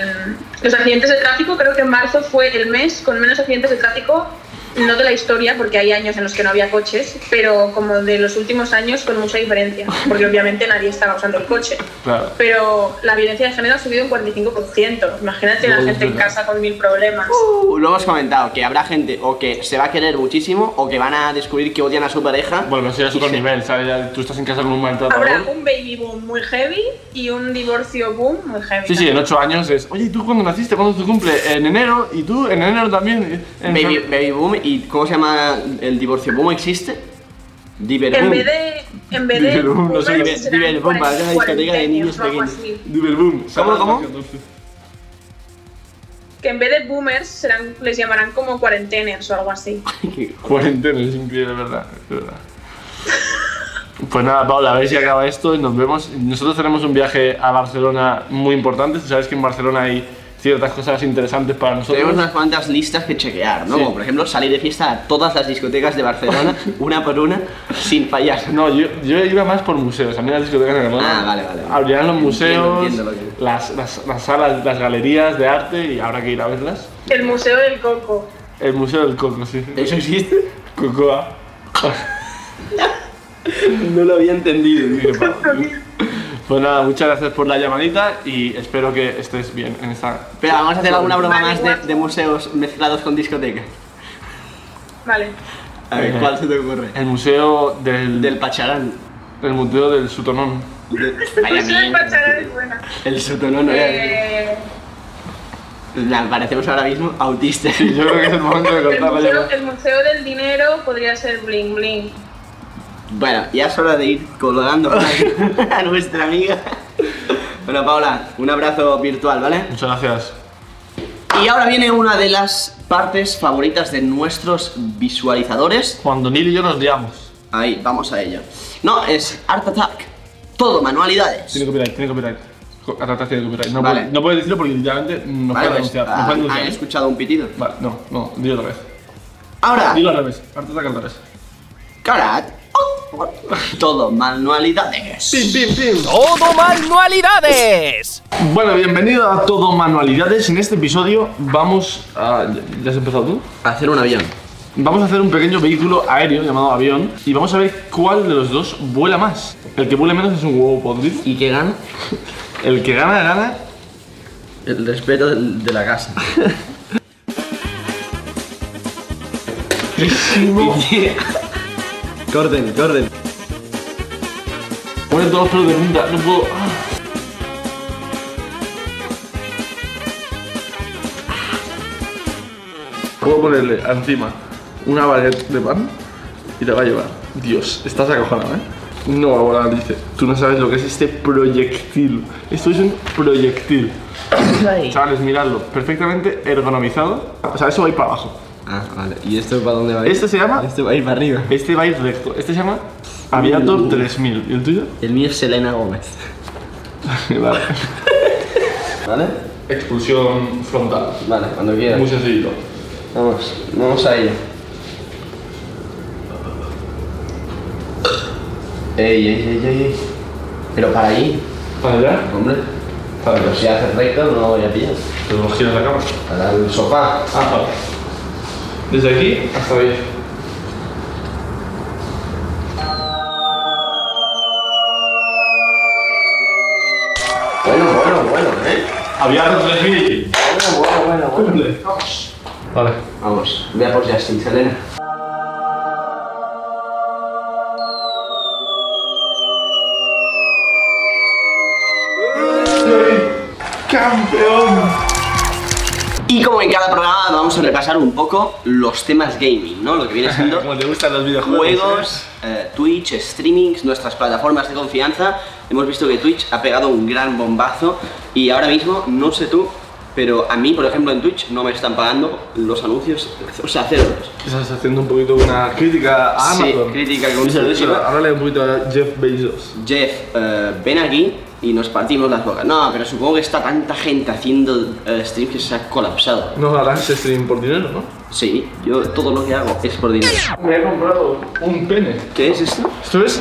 [SPEAKER 5] los accidentes de tráfico, creo que en marzo fue el mes con menos accidentes de tráfico, no de la historia, porque hay años en los que no había coches, pero como de los últimos años con mucha diferencia, porque obviamente nadie estaba usando el coche.
[SPEAKER 2] Claro.
[SPEAKER 5] Pero la violencia de género ha subido un 45%. Imagínate la
[SPEAKER 2] No, es
[SPEAKER 5] gente en
[SPEAKER 2] verdad.
[SPEAKER 5] casa con mil problemas.
[SPEAKER 3] Lo hemos comentado, que habrá gente o que se va a querer muchísimo o que van a descubrir que odian a su pareja.
[SPEAKER 2] Bueno, eso ya es
[SPEAKER 3] y
[SPEAKER 2] otro
[SPEAKER 3] se-
[SPEAKER 2] nivel, ¿sabes? Ya tú estás en casa con un
[SPEAKER 5] Habrá
[SPEAKER 2] maltratador.
[SPEAKER 5] un baby boom muy heavy y un divorcio boom muy heavy.
[SPEAKER 2] Sí, sí, en ocho años es, oye, ¿y tú cuándo naciste? ¿Cuándo es tu cumple? En enero, y tú en enero también. En
[SPEAKER 3] Baby, baby boom y ¿cómo se llama el divorcio? ¿Boom existe? Diver
[SPEAKER 5] En
[SPEAKER 3] boom.
[SPEAKER 5] vez de. En vez de.
[SPEAKER 2] Vive el boom, no sé,
[SPEAKER 5] boomers,
[SPEAKER 3] vive-
[SPEAKER 5] serán
[SPEAKER 3] vive el boom, vaya discoteca de niños
[SPEAKER 5] cuarentenios o algo
[SPEAKER 3] pequeños.
[SPEAKER 5] así.
[SPEAKER 2] Double boom.
[SPEAKER 3] ¿Cómo, cómo?
[SPEAKER 5] Que en vez de boomers serán, les llamarán como cuarentenios o algo así.
[SPEAKER 2] Cuarentena, es increíble, es verdad. es verdad. Pues nada, Paula, a ver si acaba esto y nos vemos. Nosotros tenemos un viaje a Barcelona muy importante. Tú sabes que en Barcelona hay ciertas cosas interesantes para
[SPEAKER 3] Tenemos
[SPEAKER 2] nosotros.
[SPEAKER 3] unas cuantas listas que chequear, ¿no?
[SPEAKER 2] Sí.
[SPEAKER 3] Como por ejemplo salir de fiesta a todas las discotecas de Barcelona, una por una, sin fallar.
[SPEAKER 2] No, yo, yo iba más por museos. A mí las discotecas de Barcelona
[SPEAKER 3] Ah, vale, vale, vale.
[SPEAKER 2] abrirán los
[SPEAKER 3] Entiendo,
[SPEAKER 2] museos,
[SPEAKER 3] entiendo lo que-
[SPEAKER 2] las, las- las salas, las galerías de arte y habrá que ir a verlas.
[SPEAKER 5] El Museo del Coco.
[SPEAKER 2] El Museo del Coco, sí.
[SPEAKER 3] ¿Eso existe?
[SPEAKER 2] Cocoa.
[SPEAKER 3] No lo había entendido.
[SPEAKER 2] Pues nada, muchas gracias por la llamadita y espero que estés bien en esta
[SPEAKER 3] Pero vamos a hacer alguna broma más de, de museos mezclados con discoteca.
[SPEAKER 5] Vale.
[SPEAKER 3] A ver,
[SPEAKER 2] Ajá.
[SPEAKER 3] ¿cuál se te ocurre?
[SPEAKER 2] El museo del,
[SPEAKER 3] Del Pacharán.
[SPEAKER 2] el museo del Sutonón.
[SPEAKER 3] De-
[SPEAKER 5] El
[SPEAKER 3] Vaya
[SPEAKER 5] Museo del
[SPEAKER 3] mierda.
[SPEAKER 5] Pacharán es buena.
[SPEAKER 3] El sotonón, ¿eh?
[SPEAKER 5] Eh,
[SPEAKER 3] La- Parecemos ahora mismo autistas.
[SPEAKER 2] Y yo creo que es el momento de
[SPEAKER 5] el,
[SPEAKER 2] cortar la
[SPEAKER 5] museo,
[SPEAKER 2] llamada.
[SPEAKER 5] el Museo del Dinero podría ser Bling Bling.
[SPEAKER 3] Bueno, ya es hora de ir colgando a nuestra amiga. Bueno, Paula, un abrazo virtual, ¿vale?
[SPEAKER 2] Muchas gracias.
[SPEAKER 3] Y ahora viene una de las partes favoritas de nuestros visualizadores.
[SPEAKER 2] Cuando Neil y yo nos liamos.
[SPEAKER 3] Ahí, vamos a ello. No, es Art Attack. Todo manualidades.
[SPEAKER 2] Tiene copyright, tiene copyright. Co- Atatas tiene copyright. No,
[SPEAKER 3] Vale.
[SPEAKER 2] puedes, no puedes decirlo porque literalmente nos
[SPEAKER 3] Vale,
[SPEAKER 2] pueden
[SPEAKER 3] pues,
[SPEAKER 2] denunciar. Nos
[SPEAKER 3] ah,
[SPEAKER 2] pueden
[SPEAKER 3] han
[SPEAKER 2] denunciar.
[SPEAKER 3] escuchado un pitido.
[SPEAKER 2] Vale, no, no, dilo otra vez.
[SPEAKER 3] Ahora,
[SPEAKER 2] Dilo al revés. Arte ataca al revés.
[SPEAKER 3] Karat. Todo manualidades.
[SPEAKER 6] ¡Todo manualidades!
[SPEAKER 2] Bueno, bienvenido a Todo Manualidades. En este episodio vamos a. ¿Ya- ¿Ya has empezado tú?
[SPEAKER 3] Hacer un avión.
[SPEAKER 2] Vamos a hacer un pequeño vehículo aéreo llamado avión y vamos a ver cuál de los dos vuela más. El que vuele menos es un huevo podrido.
[SPEAKER 3] ¿Y que gana?
[SPEAKER 2] El que gana, gana
[SPEAKER 3] El respeto del- de la casa. Corden, corden.
[SPEAKER 2] Ponen todos los pelos de punta, no puedo. Ah. Puedo ponerle encima una baguette de pan y la va a llevar. Dios, estás acojonado, ¿eh? No va a volar, dice. Tú no sabes lo que es este proyectil. Esto es un proyectil. Chavales, miradlo. Perfectamente ergonomizado. O sea, eso va a ir para abajo.
[SPEAKER 3] Ah, vale. ¿Y esto para dónde va a ir?
[SPEAKER 2] Este se llama.
[SPEAKER 3] Este va a ir para arriba.
[SPEAKER 2] Este va a ir recto. Este se llama Aviator 3000. ¿Y el tuyo?
[SPEAKER 3] El mío es Selena Gómez.
[SPEAKER 2] vale.
[SPEAKER 3] ¿Vale?
[SPEAKER 2] Expulsión frontal.
[SPEAKER 3] Vale, cuando quieras.
[SPEAKER 2] Muy sencillo.
[SPEAKER 3] Vamos, vamos a ello. Ey, ey, ey, ey, ey. Pero para ahí,
[SPEAKER 2] ¿Para allá?
[SPEAKER 3] hombre.
[SPEAKER 2] Para
[SPEAKER 3] Pero si haces recto, no voy a pillar.
[SPEAKER 2] Pero giras la cámara.
[SPEAKER 3] Para el sofá.
[SPEAKER 2] Ah, vale. Desde aquí hasta ahí.
[SPEAKER 3] Bueno, bueno, bueno, eh.
[SPEAKER 2] Había 3000.
[SPEAKER 3] Ah, Bueno, bueno, bueno, bueno.
[SPEAKER 2] Vale.
[SPEAKER 3] Vamos, vea por Justin, Selena.
[SPEAKER 2] ¡Campeón!
[SPEAKER 3] Y como en cada programa vamos a repasar un poco los temas gaming, ¿no? Lo que viene siendo
[SPEAKER 2] Como te gustan los videojuegos.
[SPEAKER 3] juegos, eh, Twitch, streamings, nuestras plataformas de confianza. Hemos visto que Twitch ha pegado un gran bombazo y ahora mismo, no sé tú, Pero a mí, por ejemplo, en Twitch no me están pagando los anuncios, o sea, cero euros.
[SPEAKER 2] eh. Estás haciendo un poquito una crítica a
[SPEAKER 3] Sí,
[SPEAKER 2] Amazon.
[SPEAKER 3] crítica constructiva.
[SPEAKER 2] Háblale un poquito a Jeff Bezos.
[SPEAKER 3] Jeff, eh, ven aquí y nos partimos las bocas. No, pero supongo que está tanta gente haciendo eh, streams que se ha colapsado.
[SPEAKER 2] No harás stream por dinero, ¿no?
[SPEAKER 3] Sí, yo todo lo que hago es por dinero.
[SPEAKER 2] Me he comprado un pene.
[SPEAKER 3] ¿Qué es esto?
[SPEAKER 2] Esto es.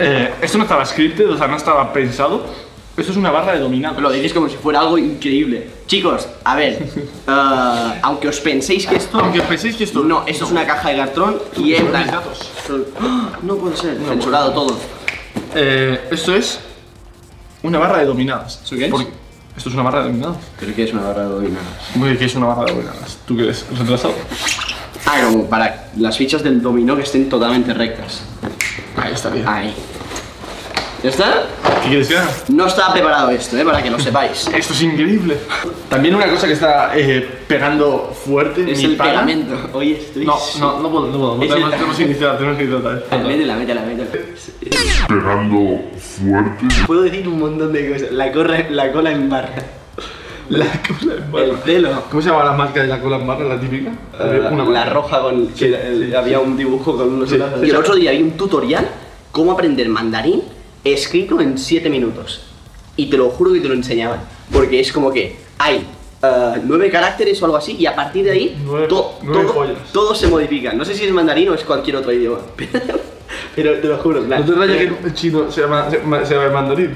[SPEAKER 2] eh, esto no estaba scripted, o sea, no estaba pensado. Esto es una barra de dominado.
[SPEAKER 3] Lo diréis como si fuera algo increíble. Chicos, a ver, eh, aunque os penséis que esto...
[SPEAKER 2] Aunque os penséis que esto.
[SPEAKER 3] No, esto es una caja de cartón y en
[SPEAKER 2] son
[SPEAKER 3] plan...
[SPEAKER 2] mis datos.
[SPEAKER 3] son- ¡Ah! No puede ser, censurado todo.
[SPEAKER 2] Eh, esto es. Una barra de dominadas.
[SPEAKER 3] ¿Eso qué es?
[SPEAKER 2] Porque- Esto es una barra de dominadas.
[SPEAKER 3] Creo que es una barra de dominó.
[SPEAKER 2] Muy bien, que es una barra de dominadas. ¿Tú qué eres? ¿Retrasado?
[SPEAKER 3] Ah, como para las fichas del dominó que estén totalmente rectas.
[SPEAKER 2] Ahí está bien.
[SPEAKER 3] Ahí. ¿Ya está?
[SPEAKER 2] ¿Qué quieres que haga?
[SPEAKER 3] No estaba preparado esto, ¿eh? Para que lo sepáis.
[SPEAKER 2] Esto es increíble. También una cosa que está eh, pegando fuerte
[SPEAKER 3] Es
[SPEAKER 2] mi
[SPEAKER 3] el
[SPEAKER 2] pana-
[SPEAKER 3] pegamento. Oye, estoy...
[SPEAKER 2] No, no, no puedo, no puedo. No
[SPEAKER 3] Es
[SPEAKER 2] tenemos,
[SPEAKER 3] el-
[SPEAKER 2] tenemos que iniciar, tenemos que iniciar otra vez.
[SPEAKER 3] Métela, métela, métela. Pegando fuerte. Puedo decir un montón de cosas. La, corra- la cola en barra.
[SPEAKER 2] La cola en barra.
[SPEAKER 3] El pelo.
[SPEAKER 2] ¿Cómo se llama la marca de la cola en barra, la típica?
[SPEAKER 3] Eh, la,
[SPEAKER 2] marca.
[SPEAKER 3] roja con. que el- había un dibujo con unos.
[SPEAKER 2] Sí,
[SPEAKER 3] lazos.
[SPEAKER 2] sí.
[SPEAKER 3] Y el otro día vi un tutorial: cómo aprender mandarín escrito en 7 minutos. Y te lo juro que te lo enseñaban. Porque es como que hay. 9 caracteres o algo así, y a partir de ahí
[SPEAKER 2] Nueve- nueve
[SPEAKER 3] todo,
[SPEAKER 2] joyas.
[SPEAKER 3] todo se modifica. No sé si es mandarín o es cualquier otro idioma, pero, pero te lo juro. en plan, eh,
[SPEAKER 2] ¿No te raya que el chino se llama, se, llama- se llama mandarín?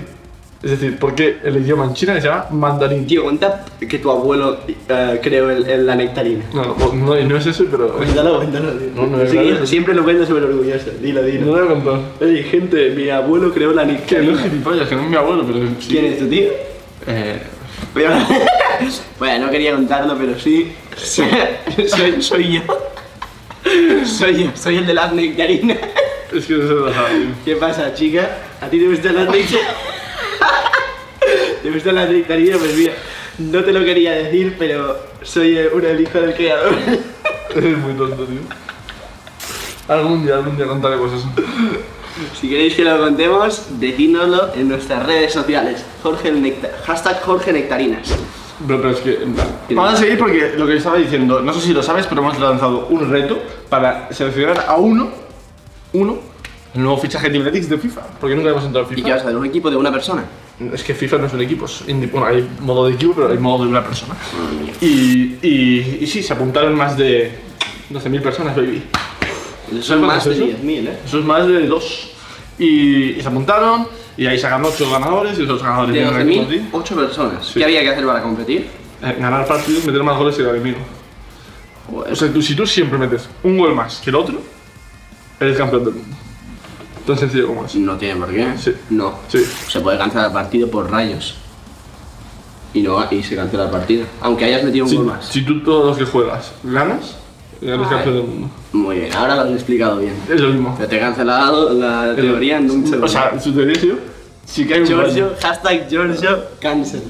[SPEAKER 2] Es decir, ¿por qué el idioma en China se llama mandarín?
[SPEAKER 3] Tío, cuenta que tu abuelo eh, creó el, el- la nectarina.
[SPEAKER 2] No, no, no, no es eso, pero...
[SPEAKER 3] Cuéntalo, cuéntalo, tío.
[SPEAKER 2] No, no es
[SPEAKER 3] Sí,
[SPEAKER 2] verdad.
[SPEAKER 3] siempre lo cuento súper orgulloso. Dilo,
[SPEAKER 2] No
[SPEAKER 3] dilo.
[SPEAKER 2] lo he contado.
[SPEAKER 3] Oye, gente, mi abuelo creó la
[SPEAKER 2] Que no es
[SPEAKER 3] nectarina.
[SPEAKER 2] gilipollas, que no es mi abuelo, pero... sí.
[SPEAKER 3] ¿Quién es tu tío?
[SPEAKER 2] Eh,
[SPEAKER 3] Pero- bueno, no quería contarlo, pero sí. soy, soy yo. Soy yo, soy el de las nectarinas.
[SPEAKER 2] es que no se lo sabe. tío.
[SPEAKER 3] ¿Qué pasa, chica? ¿A ti te gustan las nectarinas? ¿Te gustan las nectarinas? Pues mira, no te lo quería decir, pero soy eh, un hijo del creador.
[SPEAKER 2] Es muy tonto, tío. Algún día, algún día contaré cosas.
[SPEAKER 3] Si queréis que lo contemos, decídnoslo en nuestras redes sociales. Jorge el Nectar, hashtag Jorge Nectarinas.
[SPEAKER 2] Pero, pero es que... en plan- Vamos a seguir porque lo que estaba diciendo, no sé si lo sabes, pero hemos lanzado un reto para seleccionar a uno, uno, el nuevo fichaje de Athletics de FIFA. Porque nunca hemos entrado a FIFA.
[SPEAKER 3] ¿Y qué vas a hacer? ¿Un equipo de una persona?
[SPEAKER 2] Es que FIFA no es un equipo, es indi- bueno, hay modo de equipo, pero hay modo de una persona. Y, y, y sí, se apuntaron más de 12.000 personas, baby.
[SPEAKER 3] Son
[SPEAKER 2] cuántos
[SPEAKER 3] más de
[SPEAKER 2] es eso?
[SPEAKER 3] 10.000, ¿eh?
[SPEAKER 2] Eso es más de dos. Y, y se apuntaron, y ahí sacan 8 ganadores, y esos ganadores
[SPEAKER 3] De
[SPEAKER 2] tienen que
[SPEAKER 3] 12.000,
[SPEAKER 2] competir.
[SPEAKER 3] 8 personas. ¿Qué había que hacer para competir?
[SPEAKER 2] Eh, ganar partidos, meter más goles que el enemigo. O sea, tú, si tú siempre metes un gol más que el otro, eres campeón del mundo. Tan sencillo como es.
[SPEAKER 3] No tiene por qué.
[SPEAKER 2] Sí.
[SPEAKER 3] No.
[SPEAKER 2] Sí.
[SPEAKER 3] Se puede cancelar el partido por rayos. Y, no, y se cancela el partido. Aunque hayas metido un
[SPEAKER 2] Si,
[SPEAKER 3] gol más.
[SPEAKER 2] si tú todos los que juegas ganas, eres campeón del mundo.
[SPEAKER 3] Muy bien, ahora lo has explicado bien.
[SPEAKER 2] Es lo mismo.
[SPEAKER 3] Pero te he cancelado la teoría en un segundo.
[SPEAKER 2] O sea, su teoría sí, sí que hay un
[SPEAKER 3] Giorgio,
[SPEAKER 2] rayo.
[SPEAKER 3] hashtag Giorgio, cancel.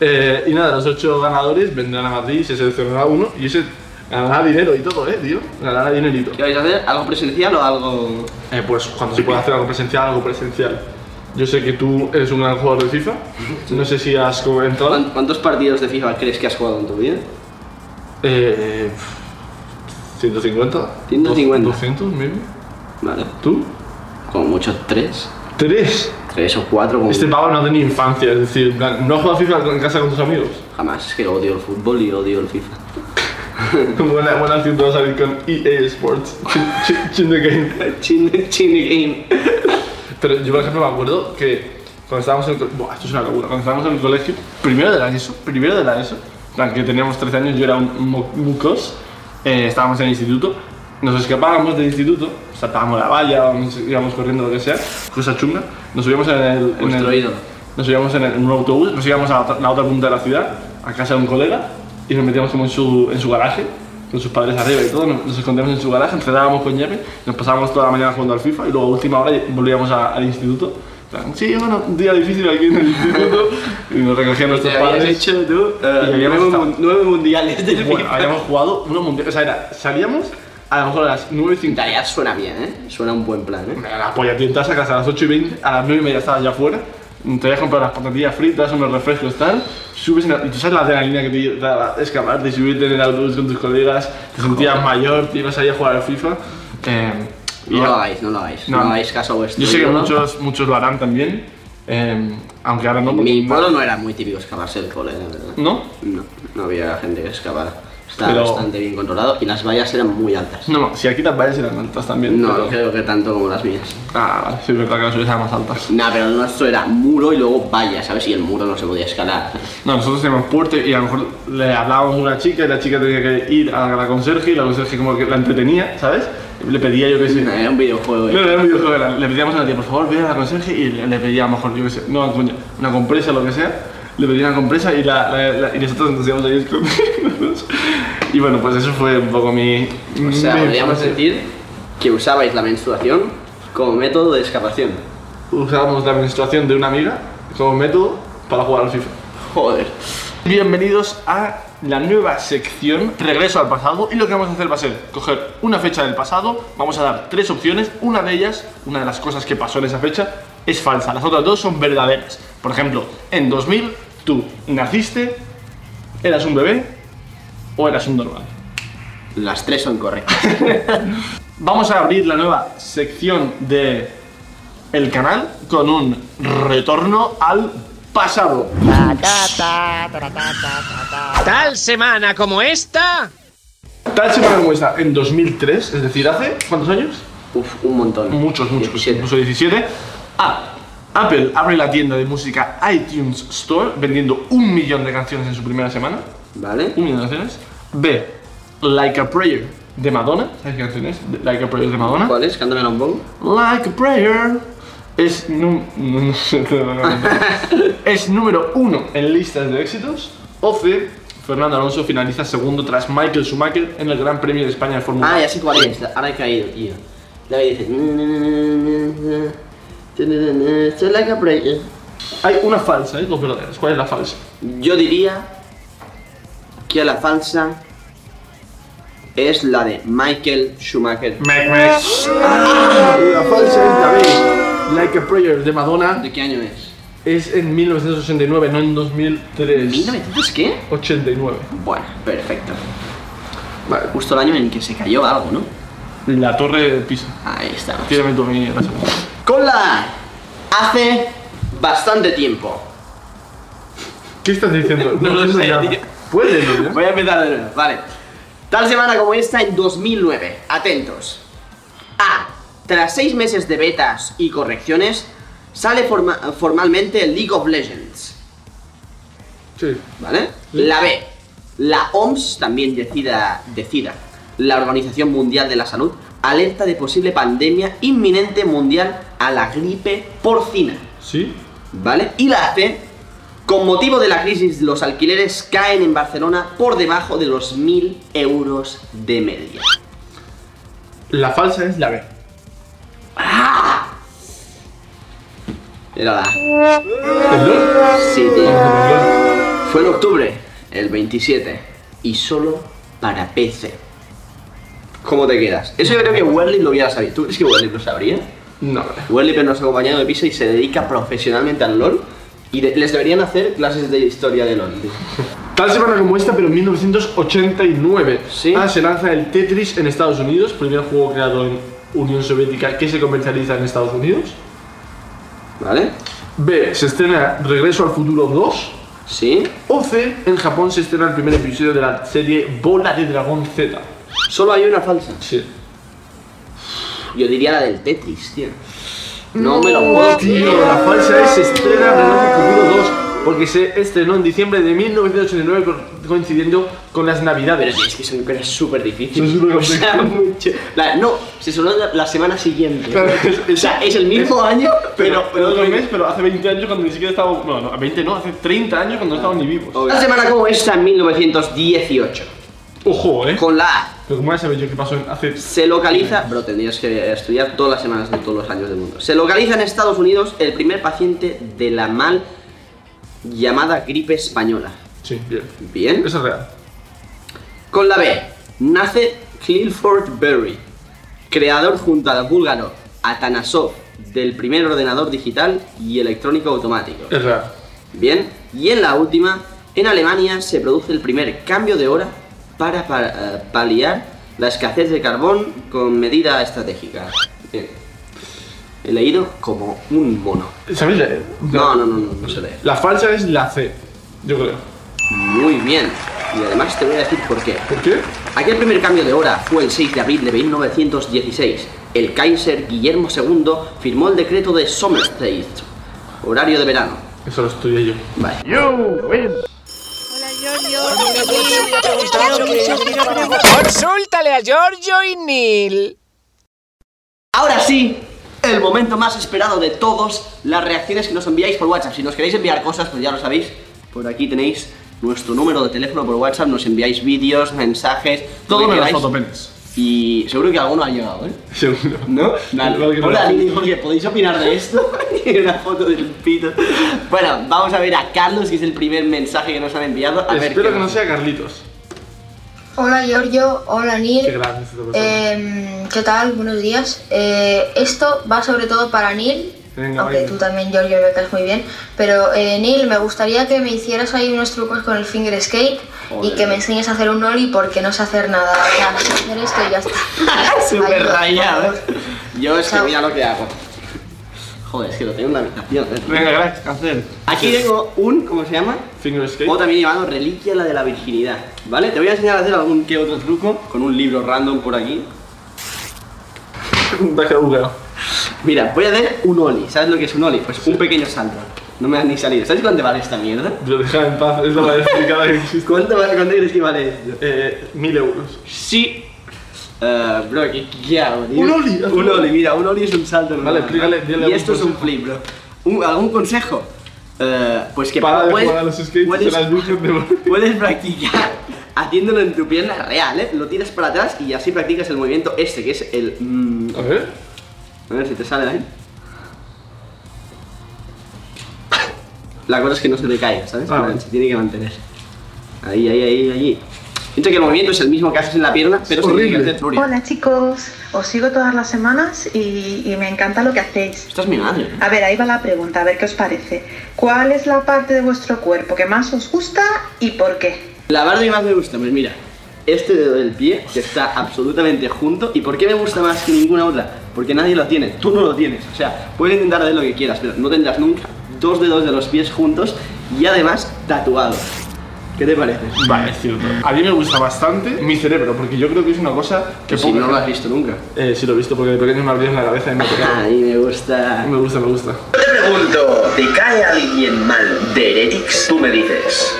[SPEAKER 2] Eh, y nada, los ocho ganadores vendrán a Madrid y se seleccionará uno y ese ganará dinero y todo, ¿eh, tío? Ganará dinerito.
[SPEAKER 3] ¿Qué vais a hacer? ¿Algo presencial o algo...?
[SPEAKER 2] Eh, pues cuando se pueda hacer algo presencial, algo presencial. Yo sé que tú eres un gran jugador de FIFA. No sé si has comentado.
[SPEAKER 3] ¿Cuán- ¿Cuántos partidos de FIFA crees que has jugado en tu vida?
[SPEAKER 2] Eh, 150.
[SPEAKER 3] 150.
[SPEAKER 2] 200, mil.
[SPEAKER 3] Vale.
[SPEAKER 2] ¿Tú?
[SPEAKER 3] Como mucho tres.
[SPEAKER 2] ¿Tres?
[SPEAKER 3] Tres o cuatro como
[SPEAKER 2] Este pavo no ha tenido infancia, es decir, en plan, no ha jugado FIFA en casa con tus amigos.
[SPEAKER 3] Jamás, es que odio el fútbol y odio el FIFA.
[SPEAKER 2] Buena, buena actitud va a salir con EA Sports. Chin- chin- chin the game.
[SPEAKER 3] Chine, chine game.
[SPEAKER 2] Pero yo, por ejemplo, me acuerdo que cuando estábamos en el colegio, esto es una locura, cuando estábamos en el colegio, primero de la ESO, primero de la ESO, en plan que teníamos 13 años, yo era un mo- mucos, eh, estábamos en el instituto, nos escapábamos del instituto, saltábamos la valla, o nos íbamos corriendo, lo que sea, cosa chunga, nos subíamos en el... En
[SPEAKER 3] Vuestro
[SPEAKER 2] el-
[SPEAKER 3] ídolo.
[SPEAKER 2] nos subíamos en, el- en un autobús, nos íbamos a la, otra- la otra punta de la ciudad, a casa de un colega, y nos metíamos como en su, en su garaje, con sus padres arriba y todo, nos, nos escondíamos en su garaje, entrenábamos con llave, nos pasábamos toda la mañana jugando al FIFA y luego a última hora volvíamos a- al instituto. En plan, Sí, bueno, un día difícil aquí en el instituto. Y nos recogían nuestros
[SPEAKER 3] Te habías
[SPEAKER 2] padres.
[SPEAKER 3] hecho tú eh,
[SPEAKER 2] Y habíamos
[SPEAKER 3] nueve,
[SPEAKER 2] estado-
[SPEAKER 3] mun- nueve mundiales del
[SPEAKER 2] Bueno,
[SPEAKER 3] FIFA.
[SPEAKER 2] habíamos jugado unos mundiales. O sea, era, salíamos a lo mejor a las 9 y 50.
[SPEAKER 3] Tareas suena bien, ¿eh? Suena un buen plan, ¿eh?
[SPEAKER 2] Me la polla, tío, entras a casa a las 8 y 20, a las 9 y media estabas ya fuera, te dejan comprar las patatillas fritas, unos refrescos, tal, subes en la- y tú sabes la adrenalina que te da escaparte y subirte en el autobús con tus colegas, te sentías mayor, te ibas ahí a jugar al FIFA. eh, y
[SPEAKER 3] No
[SPEAKER 2] ya-
[SPEAKER 3] lo hagáis, no lo hagáis. No,
[SPEAKER 2] No.
[SPEAKER 3] hagáis caso a vuestro.
[SPEAKER 2] Yo sé que
[SPEAKER 3] ídolo.
[SPEAKER 2] muchos, muchos lo harán también, eh, aunque ahora no.
[SPEAKER 3] En
[SPEAKER 2] porque-
[SPEAKER 3] mi pueblo no era muy típico escaparse del cole, la verdad.
[SPEAKER 2] ¿No?
[SPEAKER 3] No, no había gente que escapara. Estaba
[SPEAKER 2] Pero-
[SPEAKER 3] bastante bien controlado y las vallas eran muy altas.
[SPEAKER 2] No, no, si aquí las vallas eran altas también.
[SPEAKER 3] No,
[SPEAKER 2] pero-
[SPEAKER 3] no creo que tanto como las mías.
[SPEAKER 2] Ah, vale, sí, es verdad que las suyas eran más altas.
[SPEAKER 3] Nah, pero el nuestro era muro y luego valla, ¿sabes? Y el muro no se podía escalar.
[SPEAKER 2] No, nosotros teníamos puerta y a lo mejor le hablábamos a una chica y la chica tenía que ir a la conserje y la conserje como que la entretenía, ¿sabes? Le pedía yo que sé.
[SPEAKER 3] Era un videojuego.
[SPEAKER 2] No,
[SPEAKER 3] eh.
[SPEAKER 2] no, era un videojuego, era- le pedíamos a la tía, por favor, ve a la conserje y le, le pedía a lo mejor, yo qué sé, no, coño, una compresa, lo que sea. Le pedía una compresa y, la, la- la- y nosotros nos íbamos ahí escondidos. Y bueno, pues eso fue un poco mi.
[SPEAKER 3] O sea,
[SPEAKER 2] mi
[SPEAKER 3] podríamos
[SPEAKER 2] infancia.
[SPEAKER 3] decir que usabais la menstruación como método de escapación.
[SPEAKER 2] Usábamos la menstruación de una amiga como método para jugar al FIFA.
[SPEAKER 3] Joder.
[SPEAKER 2] Bienvenidos a la nueva sección Regreso al pasado y lo que vamos a hacer va a ser coger una fecha del pasado, vamos a dar tres opciones, una de ellas, una de las cosas que pasó en esa fecha es falsa, las otras dos son verdaderas. Por ejemplo, en 2000 tú naciste, eras un bebé o eras un normal.
[SPEAKER 3] Las tres son correctas.
[SPEAKER 2] Vamos a abrir la nueva sección de el canal con un retorno al pasado.
[SPEAKER 6] Tal semana como esta.
[SPEAKER 2] Tal semana como esta, en 2003, es decir, hace ¿cuántos años?
[SPEAKER 3] Uf, un montón.
[SPEAKER 2] Muchos, muchos,
[SPEAKER 3] 17.
[SPEAKER 2] incluso 17. Ah, Apple abre la tienda de música iTunes Store vendiendo un millón de canciones en su primera semana.
[SPEAKER 3] ¿Vale?
[SPEAKER 2] Un millón de canciones. B, Like a Prayer de Madonna. ¿Sabes qué canción es? De- Like a Prayer de Madonna.
[SPEAKER 3] ¿Cuál es? Cándamela un poco.
[SPEAKER 2] Like a Prayer es, nu- no sé, te lo voy a contar. es número uno en listas de éxitos. O C, Fernando Alonso finaliza segundo tras Michael Schumacher en el Gran Premio de España de Fórmula
[SPEAKER 3] Ah,
[SPEAKER 2] 1.
[SPEAKER 3] ya sé cuál es. Ahora he caído, tío. La que dice. "Esto es la que aprende".
[SPEAKER 2] Hay una falsa, ¿eh? dos verdaderas. ¿Cuál es la falsa?
[SPEAKER 3] Yo diría que la falsa es la de Michael Schumacher.
[SPEAKER 2] Mm. Ah, La falsa es la B. Like a Prayer de Madonna
[SPEAKER 3] ¿De qué año es?
[SPEAKER 2] es en 1989, no en 2003.
[SPEAKER 3] ¿1900 qué?
[SPEAKER 2] 89.
[SPEAKER 3] Bueno, perfecto.
[SPEAKER 2] Vale.
[SPEAKER 3] Justo el año en que se cayó algo, ¿no?
[SPEAKER 2] La torre de piso.
[SPEAKER 3] Ahí está.
[SPEAKER 2] Tírame tú mi la segunda.
[SPEAKER 3] Con la A. Hace bastante tiempo.
[SPEAKER 2] ¿Qué estás diciendo?
[SPEAKER 3] No lo sé, tío.
[SPEAKER 2] Puede, ¿no?
[SPEAKER 3] Voy a empezar de nuevo, vale. Tal semana como esta en 2009. Atentos. A. Tras seis meses de betas y correcciones, sale forma- formalmente League of Legends.
[SPEAKER 2] Sí.
[SPEAKER 3] ¿Vale? La B. La OMS también decida, decida. La Organización Mundial de la Salud alerta de posible pandemia inminente mundial a la gripe porcina.
[SPEAKER 2] ¿Sí?
[SPEAKER 3] ¿Vale? Y la C. Con motivo de la crisis, los alquileres caen en Barcelona por debajo de los 1.000 euros de media.
[SPEAKER 2] La falsa es la B.
[SPEAKER 3] Era la A. Sí, tío.
[SPEAKER 2] Pues
[SPEAKER 3] Fue en octubre, el 27. Y solo para PC. ¿Cómo te quedas? Eso yo creo que Werlip lo hubiera sabido. ¿Tú crees que Werlip lo sabría?
[SPEAKER 2] No.
[SPEAKER 3] Werlip es nuestro compañero de piso y se dedica profesionalmente al LOL. Y de- les deberían hacer clases de historia de LOL. tío.
[SPEAKER 2] Tal semana como esta, pero en 1989.
[SPEAKER 3] Sí.
[SPEAKER 2] Ah, se lanza el Tetris en Estados Unidos, primer juego creado en Unión Soviética que se comercializa en Estados Unidos.
[SPEAKER 3] ¿Vale?
[SPEAKER 2] B. Se estrena Regreso al Futuro 2.
[SPEAKER 3] Sí.
[SPEAKER 2] O C. En Japón se estrena el primer episodio de la serie Bola de Dragón Z.
[SPEAKER 3] Solo hay una falsa.
[SPEAKER 2] Sí.
[SPEAKER 3] Yo diría la del Tetris, tío. No me lo puedo
[SPEAKER 2] Tío, la falsa es se estrena Regreso al Futuro 2 porque se estrenó en diciembre de 1989 co- coincidiendo con las
[SPEAKER 3] Pero
[SPEAKER 2] Navidades.
[SPEAKER 3] tío, es que son cosas súper
[SPEAKER 2] Son
[SPEAKER 3] difíciles.
[SPEAKER 2] súper
[SPEAKER 3] O sea, mucho. La- no, se sonó la, la semana siguiente.
[SPEAKER 2] Claro, es-
[SPEAKER 3] o sea, es el mismo año, pero.
[SPEAKER 2] pero otro mes, pero hace 20 años cuando ni siquiera estaba. No, no, 20 no, hace 30 años cuando no estaban ni vivos.
[SPEAKER 3] Una semana como esta en 1918.
[SPEAKER 2] Ojo, eh.
[SPEAKER 3] Con la A.
[SPEAKER 2] Pero como ya sabéis yo qué pasó en- hace.
[SPEAKER 3] Se localiza. Bro, tendrías que estudiar todas las semanas de todos los años del mundo. Se localiza en Estados Unidos el primer paciente de la mal llamada gripe española.
[SPEAKER 2] Sí, bien.
[SPEAKER 3] Bien.
[SPEAKER 2] Eso es real.
[SPEAKER 3] Con la B, nace Clifford Berry, creador junto al búlgaro Atanasov del primer ordenador digital y electrónico automático.
[SPEAKER 2] Es verdad.
[SPEAKER 3] Bien, y en la última, en Alemania se produce el primer cambio de hora para, pa- eh, paliar la escasez de carbón con medida estratégica. Bien. He leído como un mono.
[SPEAKER 2] ¿Sabéis leer?
[SPEAKER 3] No, no, no, no, no sé leer.
[SPEAKER 2] La falsa es la C, yo creo.
[SPEAKER 3] Muy bien. Y además te voy a decir por qué.
[SPEAKER 2] ¿Por qué?
[SPEAKER 3] Aquel primer cambio de hora fue el 6 de abril de 1916. El Kaiser Guillermo II firmó el decreto de Sommerzeit, horario de verano.
[SPEAKER 2] Eso lo estudié yo.
[SPEAKER 3] Vale.
[SPEAKER 6] Consúltale a Giorgio y Neil.
[SPEAKER 3] Ahora sí, el momento más esperado de todos, las reacciones que nos enviáis por WhatsApp. Si nos queréis enviar cosas, pues ya lo sabéis, por aquí tenéis nuestro número de teléfono por WhatsApp, nos enviáis vídeos, mensajes,
[SPEAKER 2] Todo
[SPEAKER 3] lo que
[SPEAKER 2] me las
[SPEAKER 3] queráis.
[SPEAKER 2] fotopenes.
[SPEAKER 3] Y seguro que alguno ha llegado, ¿eh?
[SPEAKER 2] Seguro.
[SPEAKER 3] ¿No? Dale.
[SPEAKER 2] Igual que no
[SPEAKER 3] Hola,
[SPEAKER 2] las-
[SPEAKER 3] Lili y Jorge, ¿podéis opinar de esto? Tiene una foto del pito. Bueno, vamos a ver a Carlos, que es el primer mensaje que nos han enviado. A ver
[SPEAKER 2] Espero
[SPEAKER 3] qué
[SPEAKER 2] que no
[SPEAKER 3] nos-
[SPEAKER 2] sea Carlitos.
[SPEAKER 7] Hola Giorgio, hola
[SPEAKER 2] Qué
[SPEAKER 7] Neil.
[SPEAKER 2] grande esta persona.
[SPEAKER 7] Em, ¿Qué tal? Buenos días. Eh, esto va sobre todo para Neil,
[SPEAKER 2] Venga,
[SPEAKER 7] aunque
[SPEAKER 2] venga.
[SPEAKER 7] tú también Giorgio me caes muy bien. Pero eh, Neil, me gustaría que me hicieras ahí unos trucos con el finger skate
[SPEAKER 3] Joder.
[SPEAKER 7] y que me enseñes a hacer un ollie porque no sé hacer nada. O sea, no sé hacer esto y ya está.
[SPEAKER 3] Súper
[SPEAKER 7] Ay, no.
[SPEAKER 3] rayado. ¿eh? Yo es que
[SPEAKER 7] Chao.
[SPEAKER 3] mira lo que hago. Joder, es que lo tengo en la habitación. ¿eh?
[SPEAKER 2] Venga, gracias, cáncer.
[SPEAKER 3] Aquí tengo un, ¿cómo se llama?
[SPEAKER 2] Finger skate.
[SPEAKER 3] O también llamado reliquia la de la virginidad, ¿vale? Te voy a enseñar a hacer algún que otro truco con un libro random por aquí.
[SPEAKER 2] Te has quedado bugueado.
[SPEAKER 3] Mira, voy a hacer un ollie. ¿Sabes lo que es un ollie? Pues un pequeño salto. No me han ni salido. ¿Sabes cuánto vale esta mierda?
[SPEAKER 2] Pero déjame en paz, es la más explicada que existe.
[SPEAKER 3] ¿Cuánto, vale- cuánto crees que vale esto?
[SPEAKER 2] Eh, mil euros.
[SPEAKER 3] Sí. Eh, bro, ¿qué, qué hago, tío?
[SPEAKER 2] Un ollie, haz
[SPEAKER 3] Un
[SPEAKER 2] un
[SPEAKER 3] ollie, mira, un ollie es un salto. normal,
[SPEAKER 2] Vale, explícale, dile
[SPEAKER 3] Y
[SPEAKER 2] algún
[SPEAKER 3] esto es un
[SPEAKER 2] consejo.
[SPEAKER 3] flip, bro. Un- ¿Algún consejo? Eh, pues que
[SPEAKER 2] Para de
[SPEAKER 3] puedes-
[SPEAKER 2] jugar a los skates
[SPEAKER 3] puedes-
[SPEAKER 2] en las luces de
[SPEAKER 3] Puedes practicar haciéndolo en tu pierna real, ¿eh? Lo tiras para atrás y así practicas el movimiento este, que es el... mm,
[SPEAKER 2] A ver.
[SPEAKER 3] a ver si te sale, ¿eh? La cosa es que no se te caiga, ¿sabes?
[SPEAKER 2] Ah,
[SPEAKER 3] Claro,
[SPEAKER 2] vale.
[SPEAKER 3] Se tiene que mantener. Ahí, ahí, ahí, ahí. Piensa que el movimiento es el mismo que haces en la pierna, pero se tiene que
[SPEAKER 2] Horrible.
[SPEAKER 3] hacer fluido.
[SPEAKER 8] Hola chicos, os sigo todas las semanas y, y me encanta lo que hacéis.
[SPEAKER 3] Esta es mi madre.
[SPEAKER 8] A ver, ahí va la pregunta, a ver qué os parece. ¿Cuál es la parte de vuestro cuerpo que más os gusta y por qué?
[SPEAKER 3] La parte que más me gusta, pues mira, este dedo del pie que está absolutamente junto. ¿Y por qué me gusta más que ninguna otra? Porque nadie lo tiene, tú no lo tienes. O sea, puedes intentar hacer lo que quieras, pero no tendrás nunca dos dedos de los pies juntos y además tatuados. ¿Qué te parece?
[SPEAKER 2] Vale, es cierto. A mí me gusta bastante mi cerebro, porque yo creo que es una cosa que
[SPEAKER 3] Que si no lo has visto nunca.
[SPEAKER 2] Eh, sí lo he visto, porque de pequeño me abrieron la cabeza y me tocaron.
[SPEAKER 3] Ay, me gusta.
[SPEAKER 2] Me gusta, me gusta.
[SPEAKER 9] Te pregunto, ¿te cae alguien mal de Heretics? Tú me dices.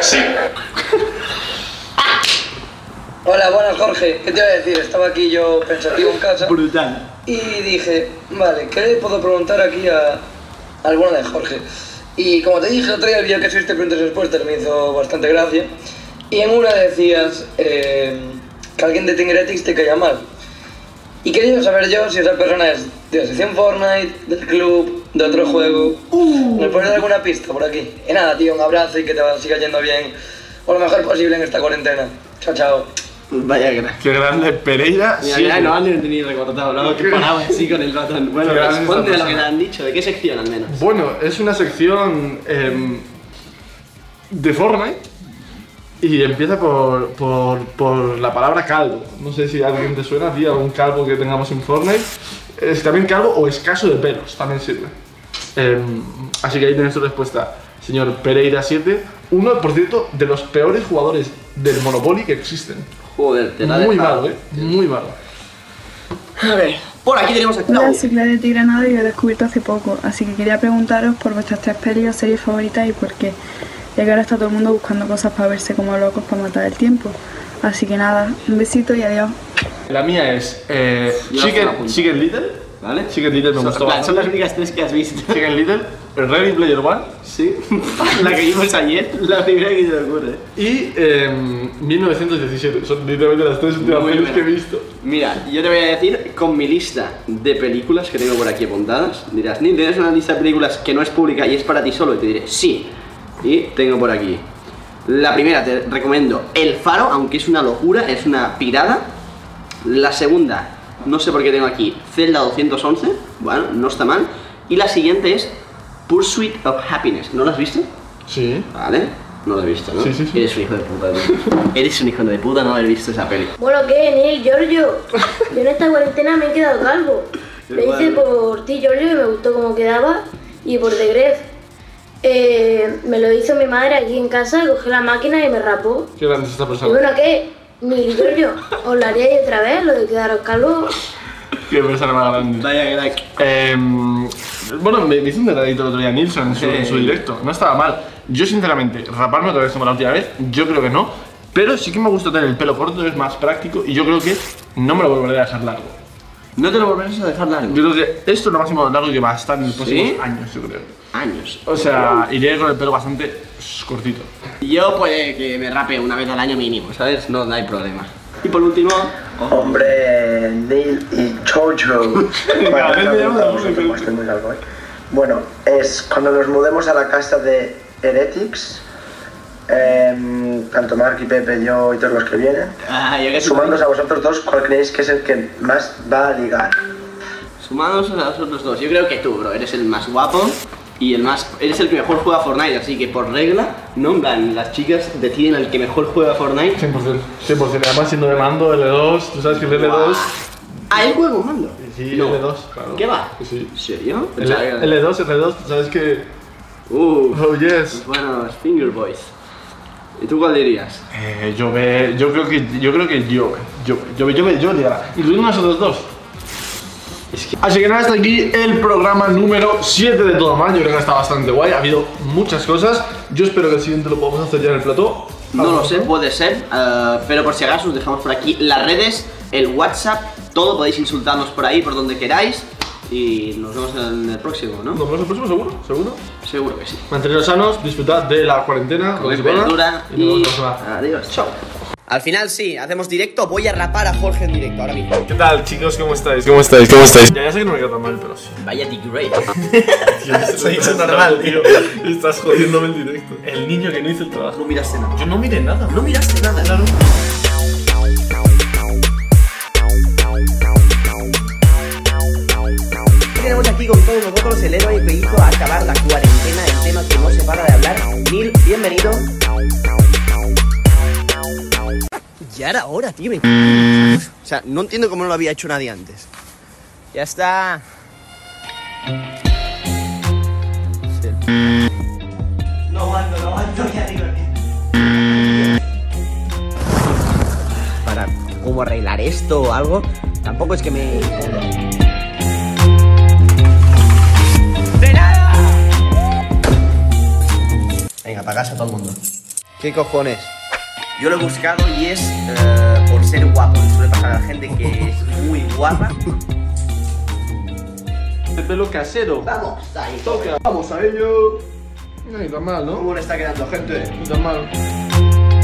[SPEAKER 9] Sí.
[SPEAKER 10] Hola, buenas Jorge. ¿Qué te iba a decir? Estaba aquí yo pensativo en casa
[SPEAKER 3] Brutal.
[SPEAKER 10] y dije, vale, ¿qué le puedo preguntar aquí a alguna de Jorge? Y como te dije el otro día, el vídeo que subiste preguntas y respuestas me hizo bastante gracia. Y en una decías eh, que alguien de Tingeretics te caía mal. Y quería saber yo si esa persona es de la sección Fortnite, del club, de otro juego. ¿Me puedes dar alguna pista por aquí? Y nada, tío, un abrazo y que te va- siga yendo bien. O lo mejor posible en esta cuarentena. Chao, chao.
[SPEAKER 3] Vaya que
[SPEAKER 2] Qué grande Pereira.
[SPEAKER 3] Mira,
[SPEAKER 2] sí.
[SPEAKER 3] mira, no han ni tenido recortado, ¿no? Que paraba así con el ratón. Bueno,
[SPEAKER 2] Qué grande
[SPEAKER 3] responde a
[SPEAKER 2] esta
[SPEAKER 3] lo que te
[SPEAKER 2] persona.
[SPEAKER 3] han dicho, ¿de qué sección al menos?
[SPEAKER 2] Bueno, es una sección em, de Fortnite y empieza por, por, por la palabra calvo. No sé si a alguien te suena, tío, algún calvo que tengamos en Fortnite. Es también calvo o escaso de pelos, también sirve. Em, así que ahí tienes tu respuesta, señor Pereira 7. Uno, por cierto, de los peores jugadores del Monopoly que existen.
[SPEAKER 3] Joder, te la
[SPEAKER 2] Muy
[SPEAKER 3] dejado.
[SPEAKER 2] malo, eh. Muy malo.
[SPEAKER 3] A ver, por aquí tenemos a
[SPEAKER 8] Hola,
[SPEAKER 3] Claudio.
[SPEAKER 8] soy Claudia de Granada y lo he descubierto hace poco, así que quería preguntaros por vuestras tres pelis o series favoritas y por qué. Ya que ahora está todo el mundo buscando cosas para verse como locos para matar el tiempo. Así que nada, un besito y adiós.
[SPEAKER 2] La mía es eh,
[SPEAKER 3] Yo la
[SPEAKER 2] Chicken,
[SPEAKER 3] apunto.
[SPEAKER 2] Chicken Little.
[SPEAKER 3] ¿Vale?
[SPEAKER 2] Chicken Little me
[SPEAKER 3] Son-
[SPEAKER 2] gustó
[SPEAKER 3] en plan,
[SPEAKER 2] bastante.
[SPEAKER 3] Son las únicas tres que has visto.
[SPEAKER 2] Chicken Little, Ready Player One
[SPEAKER 3] Sí. la que vimos ayer, la primera que se te ocurre.
[SPEAKER 2] y eh, 1917. Son literalmente las tres últimas
[SPEAKER 3] Muy
[SPEAKER 2] pelis
[SPEAKER 3] buena.
[SPEAKER 2] que he visto.
[SPEAKER 3] Mira, yo te voy a decir con mi lista de películas que tengo por aquí apuntadas. Dirás, Neil, ¿tienes una lista de películas que no es pública y es para ti solo? Y te diré, sí. Y tengo por aquí. La primera te recomiendo El Faro, aunque es una locura, es una pirada. La segunda, no sé por qué tengo aquí Zelda 211, bueno, no está mal. Y la siguiente es Pursuit of Happiness, ¿no la has visto?
[SPEAKER 2] Sí.
[SPEAKER 3] Vale, no la he visto, ¿no? Sí, sí, sí. Eres un hijo de puta, tío. Eres un hijo de puta no haber visto esa peli.
[SPEAKER 11] Bueno, ¿qué, Neil? Giorgio. Yo en esta cuarentena me he quedado calvo. Lo hice por ti, Giorgio, que me gustó cómo quedaba, y por Degrez. Eh, me lo hizo mi madre aquí en casa, cogió la máquina y me rapó.
[SPEAKER 2] Qué grande es esta
[SPEAKER 11] Y
[SPEAKER 2] persona.
[SPEAKER 11] bueno, ¿qué? Ni Giorgio, ¿os lo haríais otra vez lo de quedaros calvos?
[SPEAKER 2] Qué persona más grande. Em, bueno, me, me hizo un detallito el otro día Nilsson en su, en su directo. No estaba mal. Yo, sinceramente, raparme otra vez como la última vez, yo creo que no. Pero sí que me gusta tener el pelo corto, es más práctico y yo creo que no me lo volveré a dejar largo.
[SPEAKER 3] ¿No te lo volverás a dejar largo?
[SPEAKER 2] Yo creo que esto es lo máximo largo que va a estar en los próximos
[SPEAKER 3] ¿Sí?
[SPEAKER 2] años, yo creo.
[SPEAKER 3] Años.
[SPEAKER 2] O sea, iré con el pelo bastante cortito.
[SPEAKER 3] Yo puede que me rape una vez al año mínimo, ¿sabes? No, no hay problema. Y por último...
[SPEAKER 9] Hombre, Neil y Jojo. Bueno,
[SPEAKER 3] Cada vez me llaman la
[SPEAKER 9] no, no, no, estoy muy largo, ¿eh? Bueno, es cuando nos mudemos a la casa de Heretics, em, tanto Mark y Pepe, yo y todos los que vienen,
[SPEAKER 3] Ah, yo que sé.
[SPEAKER 9] sumándose a vosotros dos, ¿cuál creéis que es el que más va a ligar?
[SPEAKER 3] Sumados a los otros dos, yo creo que tú, bro, eres el más guapo y el más, eres el que mejor juega a Fortnite, así que por regla, no, en plan, las chicas deciden el que mejor juega a Fortnite.
[SPEAKER 2] 100%. 100%. Además, siendo de mando L2, tú sabes que el E L2.
[SPEAKER 3] Ah, él juega con mando.
[SPEAKER 2] Sí,
[SPEAKER 3] No.
[SPEAKER 2] L2, claro.
[SPEAKER 3] ¿Qué va?
[SPEAKER 2] Sí.
[SPEAKER 3] ¿En serio?
[SPEAKER 2] L- L2, L2, E tú sabes que.
[SPEAKER 3] Uh,
[SPEAKER 2] oh yes.
[SPEAKER 3] Bueno, Finger Boys. ¿Y tú cuál dirías?
[SPEAKER 2] Eh, yo ve, yo creo que yo creo que yo, yo, yo, yo, yo, yo ligará. Incluyendo nosotros dos. Así que nada, hasta aquí el programa número 7 de todo mal. Yo creo que está bastante guay. Ha habido muchas cosas. Yo espero que el siguiente lo podamos hacer ya en el plató.
[SPEAKER 3] No lo sé, puede ser, eh, pero por si acaso os dejamos por aquí las redes, el WhatsApp, todo, podéis insultarnos por ahí, por donde queráis y nos vemos en el próximo, ¿no?
[SPEAKER 2] Nos vemos el próximo, seguro, seguro.
[SPEAKER 3] Seguro que sí.
[SPEAKER 2] Manteneros sanos, disfrutad de la cuarentena.
[SPEAKER 3] Comer
[SPEAKER 2] lo que se pueda,
[SPEAKER 3] verdura
[SPEAKER 2] y nos vemos
[SPEAKER 3] y-
[SPEAKER 2] la próxima.
[SPEAKER 3] Adiós, chao. Al final sí, hacemos directo, voy a rapar a Jorge en directo ahora mismo.
[SPEAKER 2] ¿Qué tal, chicos? ¿Cómo estáis?
[SPEAKER 3] ¿Cómo estáis? ¿Cómo estáis?
[SPEAKER 2] Ya, ya sé que no me queda tan mal, pero sí.
[SPEAKER 3] Vaya degrade.
[SPEAKER 2] Se hizo normal, tío. Estás jodiéndome el directo. El niño que no hizo el trabajo. No
[SPEAKER 3] miraste nada.
[SPEAKER 2] Yo no miré nada.
[SPEAKER 3] No miraste nada.
[SPEAKER 2] Claro.
[SPEAKER 3] Tenemos aquí con todos nosotros el héroe que hizo acabar la cuarentena, el tema que no se para de hablar. Neil, bienvenido. Ya era hora, tío. me- O sea, no entiendo cómo no lo había hecho nadie antes. Ya está. No aguanto, no aguanto aquí arriba. Para cómo arreglar esto o algo, tampoco es que me... ¡De nada! Venga, para casa todo el mundo. ¿Qué cojones? Yo lo he buscado y es eh, por ser guapo. Le Suele pasar a la gente que es muy guapa.
[SPEAKER 2] El pelo casero.
[SPEAKER 3] Vamos, ahí.
[SPEAKER 2] Toca. Vamos a ello. No está mal, ¿no?
[SPEAKER 3] ¿Cómo le está quedando, gente?
[SPEAKER 2] No está mal.